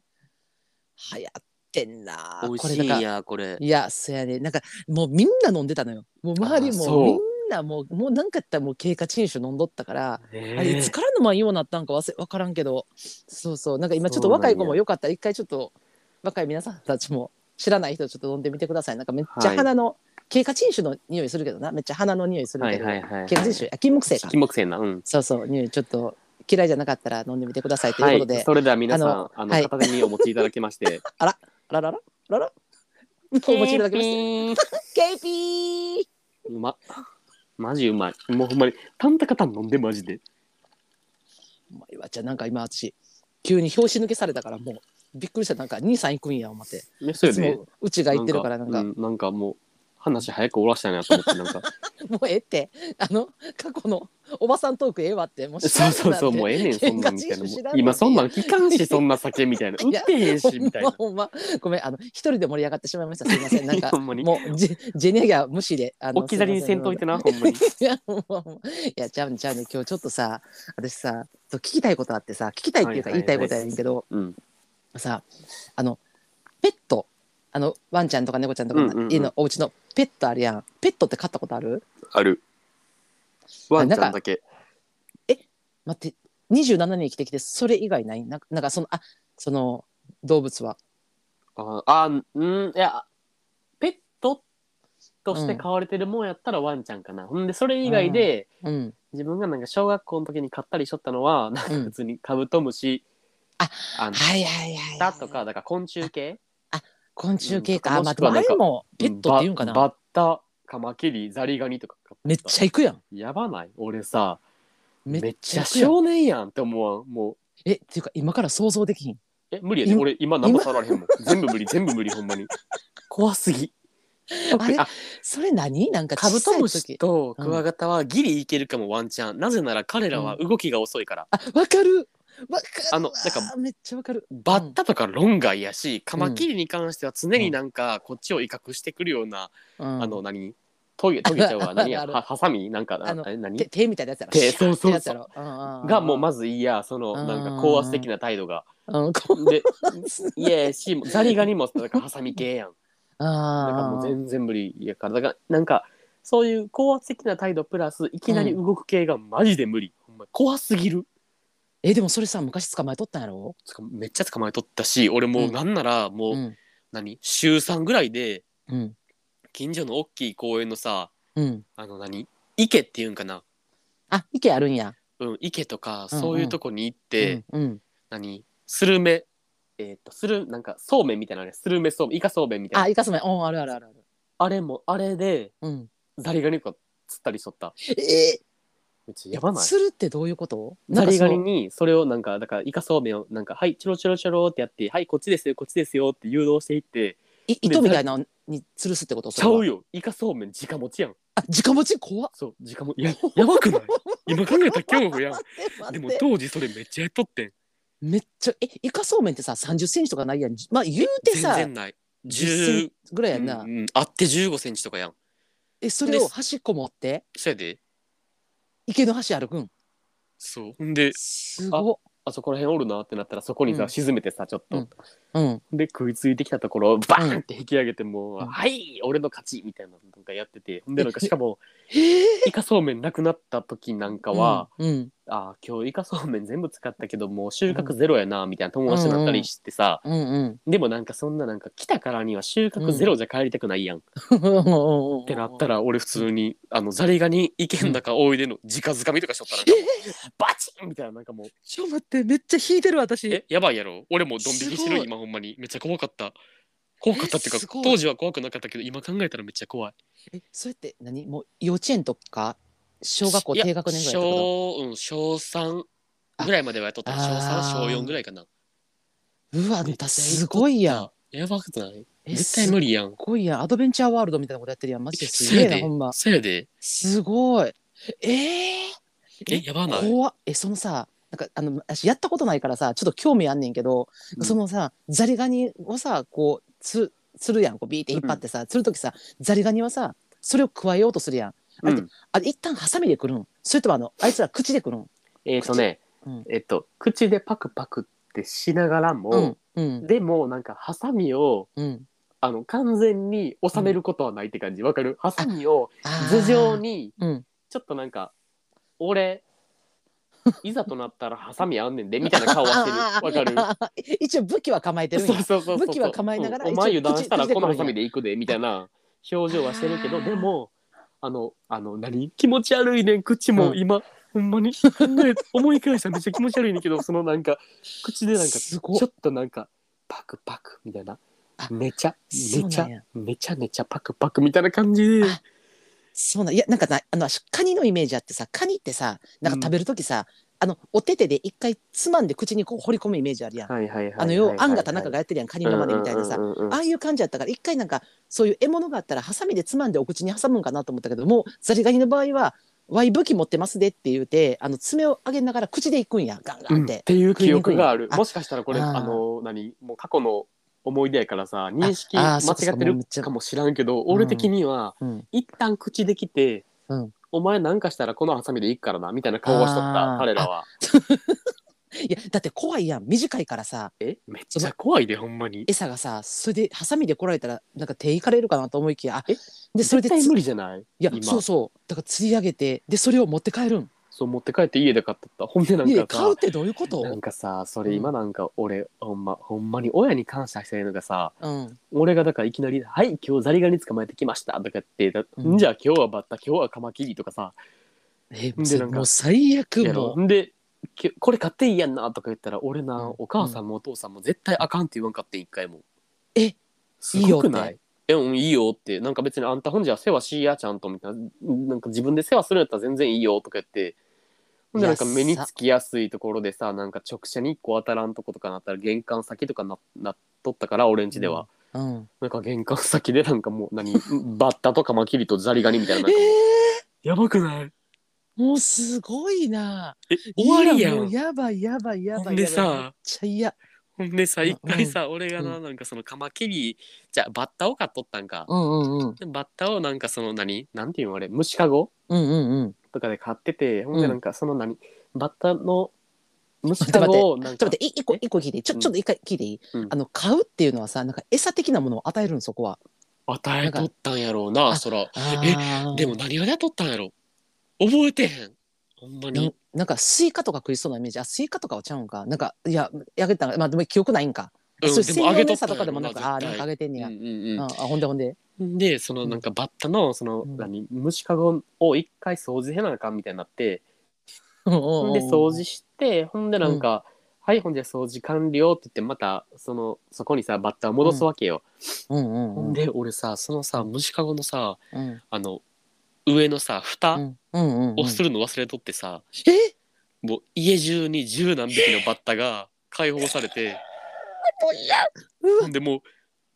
[SPEAKER 1] 流行ってんな
[SPEAKER 2] 美
[SPEAKER 1] こ
[SPEAKER 2] 味
[SPEAKER 1] れ
[SPEAKER 2] しい
[SPEAKER 1] なん
[SPEAKER 2] ん
[SPEAKER 1] か
[SPEAKER 2] やこれ
[SPEAKER 1] いやそやねなんかもうみんな飲んでたのよもう周
[SPEAKER 2] あ
[SPEAKER 1] り
[SPEAKER 2] ー
[SPEAKER 1] も
[SPEAKER 2] そう
[SPEAKER 1] みんなもうもうなんかやったらもう経過陳酒飲んどったからあれいつからのまんようになったんかわせ分からんけどそうそうなんか今ちょっと若い子
[SPEAKER 2] そうなん
[SPEAKER 1] も
[SPEAKER 2] や
[SPEAKER 1] よかったら一回ちょっと若い皆さんたちも知らない人ちょっと飲んでみてくださいなんかめっちゃ
[SPEAKER 2] はい
[SPEAKER 1] 花の、経過陳酒の匂いするけどなめっちゃ花の匂いする
[SPEAKER 2] は
[SPEAKER 1] け
[SPEAKER 2] い
[SPEAKER 1] ど、
[SPEAKER 2] はいはいはい
[SPEAKER 1] 経過陳酒あ金木犀か
[SPEAKER 2] 金木犀なうん
[SPEAKER 1] そうそう匂いちょっと嫌いじゃなかったら飲んでみてくださいと
[SPEAKER 2] は
[SPEAKER 1] いうこと
[SPEAKER 2] い
[SPEAKER 1] で、
[SPEAKER 2] それでは皆さん
[SPEAKER 1] あ
[SPEAKER 2] あ
[SPEAKER 1] の
[SPEAKER 2] の
[SPEAKER 1] はい
[SPEAKER 2] 片手にお持ちいただきまして
[SPEAKER 1] あららららら お持ちいただきましたたケイピー
[SPEAKER 2] うまマジうまいもうほんまにタンタカタン飲んでマジで
[SPEAKER 1] お前はじゃあなんか今私急に拍子抜けされたからもうびっくりしたなんか兄さん行くんや思って
[SPEAKER 2] ねそ
[SPEAKER 1] い
[SPEAKER 2] うや
[SPEAKER 1] つ
[SPEAKER 2] ね
[SPEAKER 1] もうちが行ってるからなんか
[SPEAKER 2] うんなんかもう話早く終わらしたいなと思ってなん か
[SPEAKER 1] もうええってあの過去のおばさんトークええわってもう
[SPEAKER 2] そうそうそうもう
[SPEAKER 1] え
[SPEAKER 2] ええねんそんなんみたいな
[SPEAKER 1] 喧嘩人種知らんの
[SPEAKER 2] もう
[SPEAKER 1] に
[SPEAKER 2] 今そんなん聞かんしそんな酒みたいな 売
[SPEAKER 1] いや
[SPEAKER 2] ってへんしみたいな
[SPEAKER 1] ほんまほんまごめんあの一人で盛り上がってしまいましたすいませんなんか
[SPEAKER 2] ほんまに
[SPEAKER 1] もうジェジェネギャ無視であの
[SPEAKER 2] 置き去りにせんといてなほんま に
[SPEAKER 1] いやもうもういやちゃうねちゃうね今日ちょっとさ私さ聞きたいことあってさ聞きたいっていうか
[SPEAKER 2] は
[SPEAKER 1] 言
[SPEAKER 2] いはいい
[SPEAKER 1] たいことやねんけど、
[SPEAKER 2] うん
[SPEAKER 1] さあのペットあのワンちゃんとか猫ちゃんとかの
[SPEAKER 2] うんうんうん
[SPEAKER 1] 家のお家のペットあるやんペットって飼ったことある
[SPEAKER 2] あるワンちゃんだけ
[SPEAKER 1] 待って27年生きてきてそれ以外ないなんかなんかそのあその動物は
[SPEAKER 2] ああうんいやペットとして飼われてるもんやったらワンちゃんかな、ほんでそれ以外で、
[SPEAKER 1] うん
[SPEAKER 2] 自分がなんか小学校の時に飼ったりしとったのはなん
[SPEAKER 1] う
[SPEAKER 2] か
[SPEAKER 1] ん
[SPEAKER 2] 普通にカブトムシ、
[SPEAKER 1] あ
[SPEAKER 2] あの
[SPEAKER 1] はいはいはい
[SPEAKER 2] だとかだから昆虫系
[SPEAKER 1] 昆虫系か、
[SPEAKER 2] う
[SPEAKER 1] あ
[SPEAKER 2] ん
[SPEAKER 1] まあ
[SPEAKER 2] とかもしく
[SPEAKER 1] あ
[SPEAKER 2] はなんか
[SPEAKER 1] れもペットって言うんかな、
[SPEAKER 2] ババッタカマキリザリガニとか飼
[SPEAKER 1] めっ
[SPEAKER 2] ゃ
[SPEAKER 1] ちゃ行くやん
[SPEAKER 2] やばない俺さ
[SPEAKER 1] め
[SPEAKER 2] めっちゃ
[SPEAKER 1] 行くやん
[SPEAKER 2] 少年やんって思わんもう
[SPEAKER 1] えっていうか今から想像できひん
[SPEAKER 2] え無理やで
[SPEAKER 1] 今
[SPEAKER 2] 俺今何も触られへん もん全部無理全部無理ほんまに怖すぎ
[SPEAKER 1] あれ
[SPEAKER 2] あ
[SPEAKER 1] それ何なんか
[SPEAKER 2] カブトムシ
[SPEAKER 1] 小
[SPEAKER 2] とクワガタはギリいけるかもワンチャンなぜなら彼らは動きが遅いから、
[SPEAKER 1] さい時あわかるわかる
[SPEAKER 2] あのなんか
[SPEAKER 1] あーめっちゃわかる
[SPEAKER 2] バッタとか論外やし、カマキリに関しては常になんかこっちを威嚇してくるような、
[SPEAKER 1] うん
[SPEAKER 2] あの何トゲトゲちゃうわ 何
[SPEAKER 1] あ
[SPEAKER 2] や
[SPEAKER 1] る
[SPEAKER 2] はハサミなんか
[SPEAKER 1] あの
[SPEAKER 2] あれ何
[SPEAKER 1] 手手みたいなやつやろ
[SPEAKER 2] 手
[SPEAKER 1] シャーってやつやろんんん
[SPEAKER 2] がもうまずいいやそのなんか高圧的な態度が
[SPEAKER 1] うんこ
[SPEAKER 2] で
[SPEAKER 1] うす
[SPEAKER 2] いやしザリガニもなんかハサミ系やん
[SPEAKER 1] あ
[SPEAKER 2] だからも
[SPEAKER 1] ー
[SPEAKER 2] う全然無理やからだからなんかそういう高圧的な態度プラスいきなり動く系がマジで無理、ほんま怖すぎる
[SPEAKER 1] えでもそれさ昔捕まえとったんやろ、
[SPEAKER 2] つかめっちゃ捕まえとったし俺もうなんならもう、
[SPEAKER 1] うん
[SPEAKER 2] 何週3ぐらいで
[SPEAKER 1] うん
[SPEAKER 2] 近所の大きい公園のさ
[SPEAKER 1] うん、
[SPEAKER 2] あの何池っていうんかな、
[SPEAKER 1] あ池あるんや、
[SPEAKER 2] うん、池とか
[SPEAKER 1] うんうん
[SPEAKER 2] そういうとこに行って、
[SPEAKER 1] うんうん、
[SPEAKER 2] 何スルメえっとするなんかそうめんみたいなねスルメそうめんイカそうめんみたい
[SPEAKER 1] あ
[SPEAKER 2] な
[SPEAKER 1] イカスメうんあるあるあるある、
[SPEAKER 2] あれもあれで
[SPEAKER 1] うん、
[SPEAKER 2] ザリガニとか釣ったりしとった
[SPEAKER 1] え
[SPEAKER 2] めっち
[SPEAKER 1] ー、
[SPEAKER 2] ゃやばない
[SPEAKER 1] するってどういうこと
[SPEAKER 2] ザリガニ
[SPEAKER 1] なんか
[SPEAKER 2] にそれをなんかだからイカそうめんをなんかはいチョロチョロチョロってやってはいこっちですよこっちですよって誘導していって
[SPEAKER 1] そのい糸みたいなのに吊るすってこと
[SPEAKER 2] ちゃう
[SPEAKER 1] よ
[SPEAKER 2] よイカそうめん直持ちやん
[SPEAKER 1] あ直持ち怖っ
[SPEAKER 2] そう直持ちややばくない 今考えたら恐怖やん
[SPEAKER 1] 待
[SPEAKER 2] で
[SPEAKER 1] って
[SPEAKER 2] も
[SPEAKER 1] 待って
[SPEAKER 2] 当時それめっちゃやっとってん
[SPEAKER 1] めっちゃえイカそうめんってさ3 0ンチとかないやんまあ言うて
[SPEAKER 2] 全
[SPEAKER 1] さ
[SPEAKER 2] 然ない
[SPEAKER 1] 10
[SPEAKER 2] 10
[SPEAKER 1] センぐらいや
[SPEAKER 2] うん
[SPEAKER 1] な、
[SPEAKER 2] んうんあって1 5ンチとかやん
[SPEAKER 1] えそれを端っこ持って
[SPEAKER 2] そやで
[SPEAKER 1] 池の端歩くん
[SPEAKER 2] そうほんです
[SPEAKER 1] ご
[SPEAKER 2] あそこら辺おるなってなったらそこにさ、
[SPEAKER 1] うん
[SPEAKER 2] 沈めてさちょっと、
[SPEAKER 1] うんうん
[SPEAKER 2] で食いついてきたところをバーンって引き上げてもう、
[SPEAKER 1] うん
[SPEAKER 2] はい俺の勝ちみたいなのなんかやっててほんでなんかしかも
[SPEAKER 1] へえ
[SPEAKER 2] イカそうめんなくなった時なんかは、
[SPEAKER 1] うんうん
[SPEAKER 2] あー今日イカそうめん全部使ったけどもう収穫ゼロやなみたいな友達になったりしてさ、
[SPEAKER 1] うん うん
[SPEAKER 2] でもなんかそんななんか来たからには収穫ゼロじゃ帰りたくないやん、
[SPEAKER 1] っ
[SPEAKER 2] ってなったら俺普通にあのザリガニ池の中おいでの直づかみとかしとったらなんかもうバチンみたいななんかもう
[SPEAKER 1] ちょっと待ってめっちゃ引いてる私
[SPEAKER 2] えやばいやろ俺もドン引きして
[SPEAKER 1] す
[SPEAKER 2] る
[SPEAKER 1] ごい
[SPEAKER 2] 今ほんまにめっちゃ怖かった怖かったっていう
[SPEAKER 1] え
[SPEAKER 2] か
[SPEAKER 1] すごい
[SPEAKER 2] 当時は怖くなかったけど今考えたらめっちゃ怖い
[SPEAKER 1] えそれって何もう幼稚園とか小学校
[SPEAKER 2] いや
[SPEAKER 1] 低学年ぐらいとか
[SPEAKER 2] 小,、うん、小3ぐらいまではやっとった小
[SPEAKER 1] あ
[SPEAKER 2] 3小
[SPEAKER 1] あー
[SPEAKER 2] 4ぐらいかな
[SPEAKER 1] うわあんたすごいやん
[SPEAKER 2] やばくない
[SPEAKER 1] え
[SPEAKER 2] 絶対無理やん
[SPEAKER 1] すごいやんアドベンチャーワールドみたいなことやってるやんマジですげえな
[SPEAKER 2] せやで
[SPEAKER 1] ほんま
[SPEAKER 2] そやです
[SPEAKER 1] ごいえ
[SPEAKER 2] えやば
[SPEAKER 1] ー、
[SPEAKER 2] ない
[SPEAKER 1] 怖っえそのさなんかあの私やったことないからさちょっと興味あんねんけど、
[SPEAKER 2] うん
[SPEAKER 1] そのさザリガニをさこうつつるやんこうビーって引っ張ってさ、つるときさザリガニはさそれを加えようとするやんあれって
[SPEAKER 2] うん
[SPEAKER 1] あれ一旦ハサミでくるんそれともあのあいつら口でくるん
[SPEAKER 2] えっ、とね、
[SPEAKER 1] うん
[SPEAKER 2] えっ、と口でパクパクってしながら
[SPEAKER 1] う
[SPEAKER 2] も
[SPEAKER 1] ん、うん
[SPEAKER 2] でもなんかハサミを
[SPEAKER 1] うん
[SPEAKER 2] あの完全に収めることはないって感じわかるハサミを
[SPEAKER 1] あー
[SPEAKER 2] 頭上に
[SPEAKER 1] うん
[SPEAKER 2] ちょっとなんか俺いざとなったらハサミあんねんでみたいな顔はして る
[SPEAKER 1] あー
[SPEAKER 2] わかる
[SPEAKER 1] 一応武器は構えてるん
[SPEAKER 2] そ
[SPEAKER 1] や
[SPEAKER 2] うそうそうそう
[SPEAKER 1] 武器は構えながら
[SPEAKER 2] うんお
[SPEAKER 1] 一応
[SPEAKER 2] 前油断したら
[SPEAKER 1] 口口で
[SPEAKER 2] この
[SPEAKER 1] こう
[SPEAKER 2] ハサミでいくでみたいな表情はしてるけど
[SPEAKER 1] あー
[SPEAKER 2] でもあのあの何気持ち悪いねん口も今、ほんまに考え思い返したらめっちゃ気持ち悪いねんけどそのなんか口でなんかち
[SPEAKER 1] すごっ
[SPEAKER 2] ょっとなんかパクパクみたいな
[SPEAKER 1] あ
[SPEAKER 2] めちゃ
[SPEAKER 1] そう
[SPEAKER 2] めち
[SPEAKER 1] な
[SPEAKER 2] ゃ
[SPEAKER 1] んや
[SPEAKER 2] めちゃめちゃパクパクみたいな感じで
[SPEAKER 1] あそうなんいやなんかなあの私カニのイメージあってさカニってさなんか食べる時さ、あのお手手で一回つまんで口にこう掘り込むイメージあるやん、
[SPEAKER 2] はいはいはいはい。
[SPEAKER 1] あの要はアンガ田中がやってるやんカニのまねみたいなさ、
[SPEAKER 2] うんうんうんうん
[SPEAKER 1] ああいう感じやったから一回なんかそういう獲物があったらハサミでつまんでお口に挟むんかなと思ったけどもうザリガニの場合は「わい武器持ってますで」って言うてあの爪を上げながら口でいくんやガンガ
[SPEAKER 2] う
[SPEAKER 1] ンっ。
[SPEAKER 2] んってていう記憶がある
[SPEAKER 1] あ
[SPEAKER 2] もしかしたらこれ
[SPEAKER 1] あー
[SPEAKER 2] あの何もう過去の思い出やからさ認識
[SPEAKER 1] あ
[SPEAKER 2] 間
[SPEAKER 1] あーそっか
[SPEAKER 2] 違
[SPEAKER 1] そっ
[SPEAKER 2] っ
[SPEAKER 1] か
[SPEAKER 2] て
[SPEAKER 1] もう
[SPEAKER 2] る
[SPEAKER 1] めっちゃ
[SPEAKER 2] かもしらんけど俺的には
[SPEAKER 1] うん
[SPEAKER 2] 一旦口できて
[SPEAKER 1] うん
[SPEAKER 2] お前なんかしたらこのハサミでいくからなみたいな顔をしとった
[SPEAKER 1] あー
[SPEAKER 2] 彼らはい
[SPEAKER 1] やだって怖いやん短いからさ
[SPEAKER 2] えめっちゃ怖いでほんまに
[SPEAKER 1] 餌がさそれでハサミで来られたらなんか手いかれるかなと思いきやあ
[SPEAKER 2] え
[SPEAKER 1] でそれで
[SPEAKER 2] 絶対
[SPEAKER 1] つ
[SPEAKER 2] 無理じゃない
[SPEAKER 1] いや
[SPEAKER 2] 今
[SPEAKER 1] そうそうだから釣り上げてでそれを持って帰るん
[SPEAKER 2] そう持って帰って家で買っとったほんでない
[SPEAKER 1] や
[SPEAKER 2] ん
[SPEAKER 1] 買う
[SPEAKER 2] か
[SPEAKER 1] ってどういうこ
[SPEAKER 2] さ
[SPEAKER 1] と
[SPEAKER 2] なんかさそれ今なんか俺ほんまほんまに親に感謝してるのがさ
[SPEAKER 1] うん
[SPEAKER 2] 俺がだからいきなり「はい今日ザリガニ捕まえてきました」とか言ってだ「
[SPEAKER 1] うん
[SPEAKER 2] んじゃあ今日はバッタ今日はカマキリ」とかさ
[SPEAKER 1] え
[SPEAKER 2] んでなんか
[SPEAKER 1] もう最悪も
[SPEAKER 2] やろ
[SPEAKER 1] う
[SPEAKER 2] うできこれ買っていいやんなとか言ったら俺な、
[SPEAKER 1] うん
[SPEAKER 2] お母さんもお父さんも絶対あかんって言わんかって一回も
[SPEAKER 1] え
[SPEAKER 2] すごく
[SPEAKER 1] いい
[SPEAKER 2] な
[SPEAKER 1] よ
[SPEAKER 2] いえうんいいよってなんか別にあんたほんじゃ世話しいやちゃんとみたいななんか自分で世話するんやったら全然いいよとか言ってほんでなんか
[SPEAKER 1] いや
[SPEAKER 2] 目につきやすいところでさなんか直射に1個当たらんとことかなったら玄関先とかななっとったから俺んちでは、
[SPEAKER 1] うん
[SPEAKER 2] なんか玄関先でなんかもう何バッタとカマキリとザリガニみたいな
[SPEAKER 1] え
[SPEAKER 2] な
[SPEAKER 1] ー
[SPEAKER 2] んかもうやばくない
[SPEAKER 1] もうすごいな。
[SPEAKER 2] え終わりや
[SPEAKER 1] いも
[SPEAKER 2] ん
[SPEAKER 1] うやばいやばいやばいやば
[SPEAKER 2] ほ
[SPEAKER 1] い。
[SPEAKER 2] んでさ
[SPEAKER 1] めっちゃ嫌。
[SPEAKER 2] ほ んでさ
[SPEAKER 1] うん
[SPEAKER 2] 一回さ、俺がな
[SPEAKER 1] う
[SPEAKER 2] なんかそのカマキリじゃあバッタを買っとったんか、
[SPEAKER 1] うんうんうん。
[SPEAKER 2] でバッタをなんかその何なんていうのあれ虫かご
[SPEAKER 1] うんうんうん。
[SPEAKER 2] とかで買っててほんで
[SPEAKER 1] うん
[SPEAKER 2] なんかその何、バッタの虫かごをなん
[SPEAKER 1] ちょっ
[SPEAKER 2] か
[SPEAKER 1] と待って、い一個一個聞いていい、ちょ
[SPEAKER 2] うん
[SPEAKER 1] ちょっと一回聞いていい、
[SPEAKER 2] うん
[SPEAKER 1] あの買うっていうのはさ、なんか餌的なものを与えるんそこは。
[SPEAKER 2] 与えとったんやろうな
[SPEAKER 1] あ
[SPEAKER 2] そら
[SPEAKER 1] あー
[SPEAKER 2] でも何をやっとったんやろ覚えてへんほん
[SPEAKER 1] な
[SPEAKER 2] まに
[SPEAKER 1] なんかスイカとか食いそうなイメージ。あ、スイカとかはちゃうんか。なんかいややげたんまあでも記憶ないんか。
[SPEAKER 2] うん
[SPEAKER 1] そういう
[SPEAKER 2] で
[SPEAKER 1] 専
[SPEAKER 2] もあ
[SPEAKER 1] 用
[SPEAKER 2] げ
[SPEAKER 1] の
[SPEAKER 2] とっ
[SPEAKER 1] 餌
[SPEAKER 2] たん
[SPEAKER 1] とかで
[SPEAKER 2] やろ
[SPEAKER 1] も
[SPEAKER 2] な
[SPEAKER 1] なんかあーなんかあげてんね
[SPEAKER 2] 絶
[SPEAKER 1] や。
[SPEAKER 2] 対う
[SPEAKER 1] うん
[SPEAKER 2] んうん
[SPEAKER 1] あほんでほんで。
[SPEAKER 2] うんでそのなんかバッタのその
[SPEAKER 1] うん
[SPEAKER 2] 何虫かごを一回掃除へなあかんみたいになってほ
[SPEAKER 1] ほ
[SPEAKER 2] んで掃除してほんでなんか「はいほんで掃除完了」って言ってまたそのそこにさバッターを戻すわけよ、
[SPEAKER 1] うんうん
[SPEAKER 2] ほ
[SPEAKER 1] うんん。
[SPEAKER 2] で俺さそのさ虫かごのさ
[SPEAKER 1] うん
[SPEAKER 2] あの上のさ
[SPEAKER 1] う
[SPEAKER 2] 蓋
[SPEAKER 1] んうんうんうん。
[SPEAKER 2] をするの忘れとってさ、
[SPEAKER 1] え
[SPEAKER 2] もう家中に十何匹のバッタが解放されて
[SPEAKER 1] もう嫌
[SPEAKER 2] ほんでもう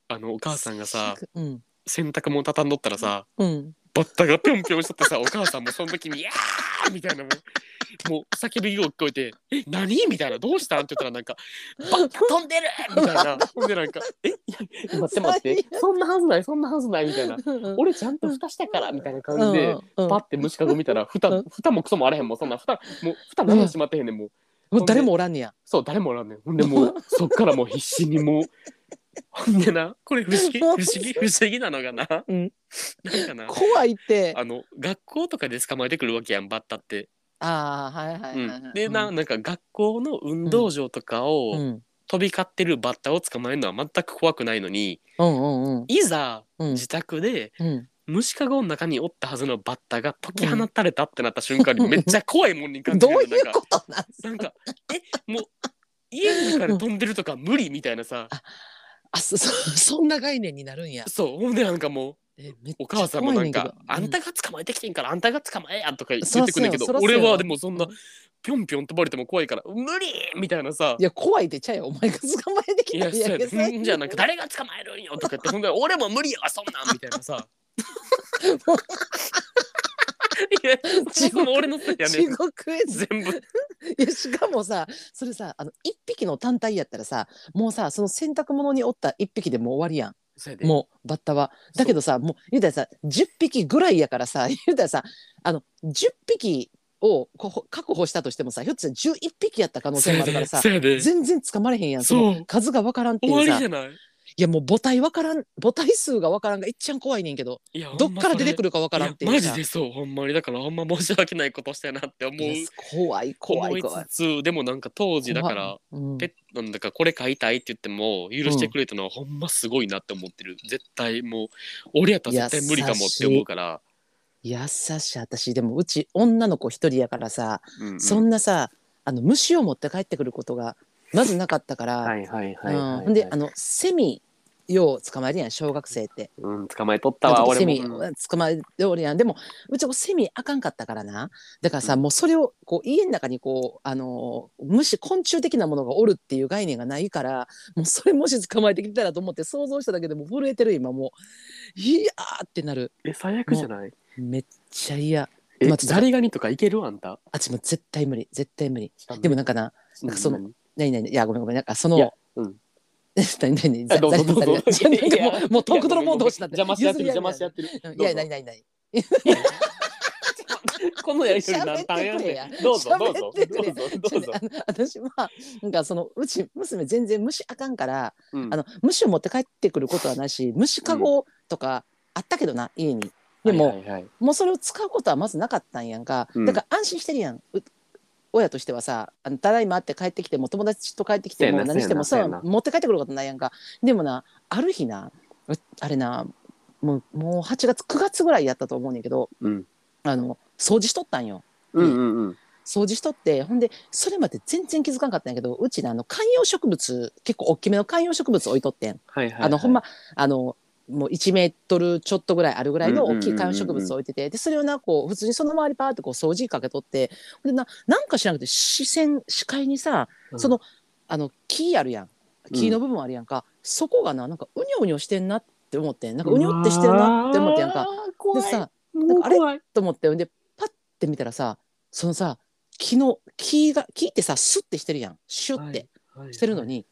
[SPEAKER 2] あのお母さんがさ、
[SPEAKER 1] うん
[SPEAKER 2] 洗濯物畳んどったらさ
[SPEAKER 1] うん。
[SPEAKER 2] バッタがぴょんぴょんしとってさお母さんもその時に「いやー!」みたいなもうもう叫び声聞こえて「え何?」みたいな「どうしたん?」って言ったらなんか「バッタ飛んでる!」みたいなほんでなんか「えいや待って待ってそんなはずないそんなはずない」みたいな「俺ちゃんと蓋したから」みたいな感じで。
[SPEAKER 1] うんうん
[SPEAKER 2] パッて虫かご見たら
[SPEAKER 1] う
[SPEAKER 2] 蓋
[SPEAKER 1] ん
[SPEAKER 2] 蓋もクソもあれへんもんそんな蓋もう蓋何も閉まってへんねんもう
[SPEAKER 1] もう誰もおらんねや。
[SPEAKER 2] そう誰もおらんねんほんでもうそっからもう必死にもうほんでなこれ不思議不思議不思議なのがな、
[SPEAKER 1] うん
[SPEAKER 2] なんかな
[SPEAKER 1] 怖いって。
[SPEAKER 2] あの学校とかで捕まえてくるわけやんバッタって。
[SPEAKER 1] ああ、はいは
[SPEAKER 2] う
[SPEAKER 1] いはいはい。
[SPEAKER 2] ん、でな
[SPEAKER 1] うん
[SPEAKER 2] なんか学校の運動場とかを
[SPEAKER 1] ん
[SPEAKER 2] 飛び交ってるバッタを捕まえるのは全く怖くないのに
[SPEAKER 1] うんうん
[SPEAKER 2] いざ
[SPEAKER 1] うん
[SPEAKER 2] 自宅で
[SPEAKER 1] うん。
[SPEAKER 2] 虫かごの中におったはずのバッタが解き放たれたってなった 瞬間にめっちゃ怖いもんに感じ
[SPEAKER 1] どう
[SPEAKER 2] る
[SPEAKER 1] いうことなんす
[SPEAKER 2] なんかえもう家の中で飛んでるとか無理みたいなさ
[SPEAKER 1] あそ そそんな概念になるんや。
[SPEAKER 2] そうほんでなんかもう
[SPEAKER 1] えめっちゃ
[SPEAKER 2] お母さんもなん
[SPEAKER 1] 怖
[SPEAKER 2] か「あ
[SPEAKER 1] いね
[SPEAKER 2] ん
[SPEAKER 1] んけ
[SPEAKER 2] た
[SPEAKER 1] ど
[SPEAKER 2] が捕まえてきてんからあんたが捕まえや」とか言
[SPEAKER 1] そら
[SPEAKER 2] ってくんだけど
[SPEAKER 1] そうやそらそう
[SPEAKER 2] 俺
[SPEAKER 1] や
[SPEAKER 2] はでもそんな
[SPEAKER 1] うん
[SPEAKER 2] ぴょんぴょん飛ばれても怖いから「無理!」みたいなさ
[SPEAKER 1] いや怖いでちゃうよお前が捕まえて
[SPEAKER 2] 「い
[SPEAKER 1] きた
[SPEAKER 2] やそうや
[SPEAKER 1] け
[SPEAKER 2] ねんじゃなく誰が捕まえるんよ」とか言ってほんで「俺も無理やわそんなん」みたい なさ。いやそもそも俺のせいや ね
[SPEAKER 1] 地獄絵図
[SPEAKER 2] 全部
[SPEAKER 1] いやしかもさそれさあの一匹の単体やったらさもうさその洗濯物におった一匹でもう終わりやん。
[SPEAKER 2] そうやで
[SPEAKER 1] もうバッタはだけどさもう言うたらさ10匹ぐらいやからさ 言うたらさあの10匹をこうほ確保したとしてもさひょっとしたら11匹やった可能性もあるからさ
[SPEAKER 2] そうやでそうやで
[SPEAKER 1] 全然捕まれへんやんそ
[SPEAKER 2] そう
[SPEAKER 1] の数が分からんってい
[SPEAKER 2] 終わ
[SPEAKER 1] う
[SPEAKER 2] り
[SPEAKER 1] さ
[SPEAKER 2] じ
[SPEAKER 1] い
[SPEAKER 2] ゃない
[SPEAKER 1] やもう母体分からん母体数が分からんがいっちゃん怖いねんけど
[SPEAKER 2] いや
[SPEAKER 1] どっから出てく
[SPEAKER 2] る
[SPEAKER 1] るか分からんっていう
[SPEAKER 2] マ
[SPEAKER 1] さ
[SPEAKER 2] ジでそうほんまにだからあんま申し訳ないことしたなって思う
[SPEAKER 1] いや怖い怖
[SPEAKER 2] 思
[SPEAKER 1] い
[SPEAKER 2] い
[SPEAKER 1] 怖い
[SPEAKER 2] つつでもなんか当時だから
[SPEAKER 1] うん
[SPEAKER 2] ペットなんだからこれ買いたいって言っても許してくれたのはほんますごいなって思ってる、絶対もう俺やったら絶対無理かもって思うから、
[SPEAKER 1] 優しい私でもうち女の子一人やからさ
[SPEAKER 2] うんうん
[SPEAKER 1] そんなさあの虫を持って帰ってくることがまずなかったから
[SPEAKER 2] いはい
[SPEAKER 1] うんほんであのセミよう捕まえるやん小学生って。
[SPEAKER 2] うん、捕まえとったわ、
[SPEAKER 1] セ
[SPEAKER 2] 俺
[SPEAKER 1] ミ
[SPEAKER 2] も。
[SPEAKER 1] 捕まえておるやんでもうちはセミあかんかったからなだからさ、もうそれをこう家の中にこうあのー虫昆虫的なものがおるっていう概念がないからもうそれもし捕まえてきたらと思って想像しただけでもう震えてる今もういやーってなる
[SPEAKER 2] え、最悪じゃない
[SPEAKER 1] めっちゃ嫌
[SPEAKER 2] え、
[SPEAKER 1] 待って
[SPEAKER 2] ザリガニとかいけるあんた。
[SPEAKER 1] あっちも絶対無理絶対無理でもなんかななんかその
[SPEAKER 2] うん
[SPEAKER 1] 何何いやごめんごめんなんかその
[SPEAKER 2] いやうん
[SPEAKER 1] 何何
[SPEAKER 2] あどうぞどうぞ
[SPEAKER 1] 何 何何
[SPEAKER 2] いや
[SPEAKER 1] もうもうトーク泥棒同士になって
[SPEAKER 2] 邪魔し合ってる、
[SPEAKER 1] 譲
[SPEAKER 2] 邪
[SPEAKER 1] り合
[SPEAKER 2] 魔
[SPEAKER 1] い
[SPEAKER 2] し合ってる。
[SPEAKER 1] いやいや何何何
[SPEAKER 2] このやりとり何単やねん。どうぞ、どうぞ
[SPEAKER 1] 喋って、く
[SPEAKER 2] ど
[SPEAKER 1] れ
[SPEAKER 2] うぞ、どうぞ。
[SPEAKER 1] あの私はなんかそのうち娘全然虫あかんから、
[SPEAKER 2] うん
[SPEAKER 1] あの虫を持って帰ってくることはないし虫かごとかあったけどな家に。でも、
[SPEAKER 2] はいはいはい
[SPEAKER 1] もうそれを使うことはまずなかったんやんか、
[SPEAKER 2] うん
[SPEAKER 1] だから安心してるやんう親としてはさ「あのただいま」って帰ってきても友達と帰ってきても
[SPEAKER 2] そうやな
[SPEAKER 1] 何しても
[SPEAKER 2] そうや
[SPEAKER 1] さ
[SPEAKER 2] なそうや
[SPEAKER 1] 持って帰ってくることないやんかでもなある日なうあれなもうもう8月9月ぐらいやったと思うねんだけど
[SPEAKER 2] うん
[SPEAKER 1] あの掃除しとったんよ。
[SPEAKER 2] うんうんうん。
[SPEAKER 1] 掃除しとってほんでそれまで全然気づかんかったんやけどうちねあの観葉植物結構大きめの観葉植物置いとってん、
[SPEAKER 2] はいはいはい。
[SPEAKER 1] あのほんまあのもう1メートルちょっとぐらいあるぐらいの大きい観葉植物置いてて、でそれをなこう普通にその周りパーってこう掃除機かけとってほんでななんか知らなくて視線視界にさ
[SPEAKER 2] うん
[SPEAKER 1] そのあの木あるやん木の部分あるやんか、そこがななんかうにょうにょしてんなって思ってんなんかうにょってしてるなって思ってんか。
[SPEAKER 2] う
[SPEAKER 1] で
[SPEAKER 2] わー。怖い
[SPEAKER 1] さ
[SPEAKER 2] もう怖い。
[SPEAKER 1] と思ってほんでパッて見たらさそのさ木の木が木ってさスッてしてるやんシュッてしてるのに、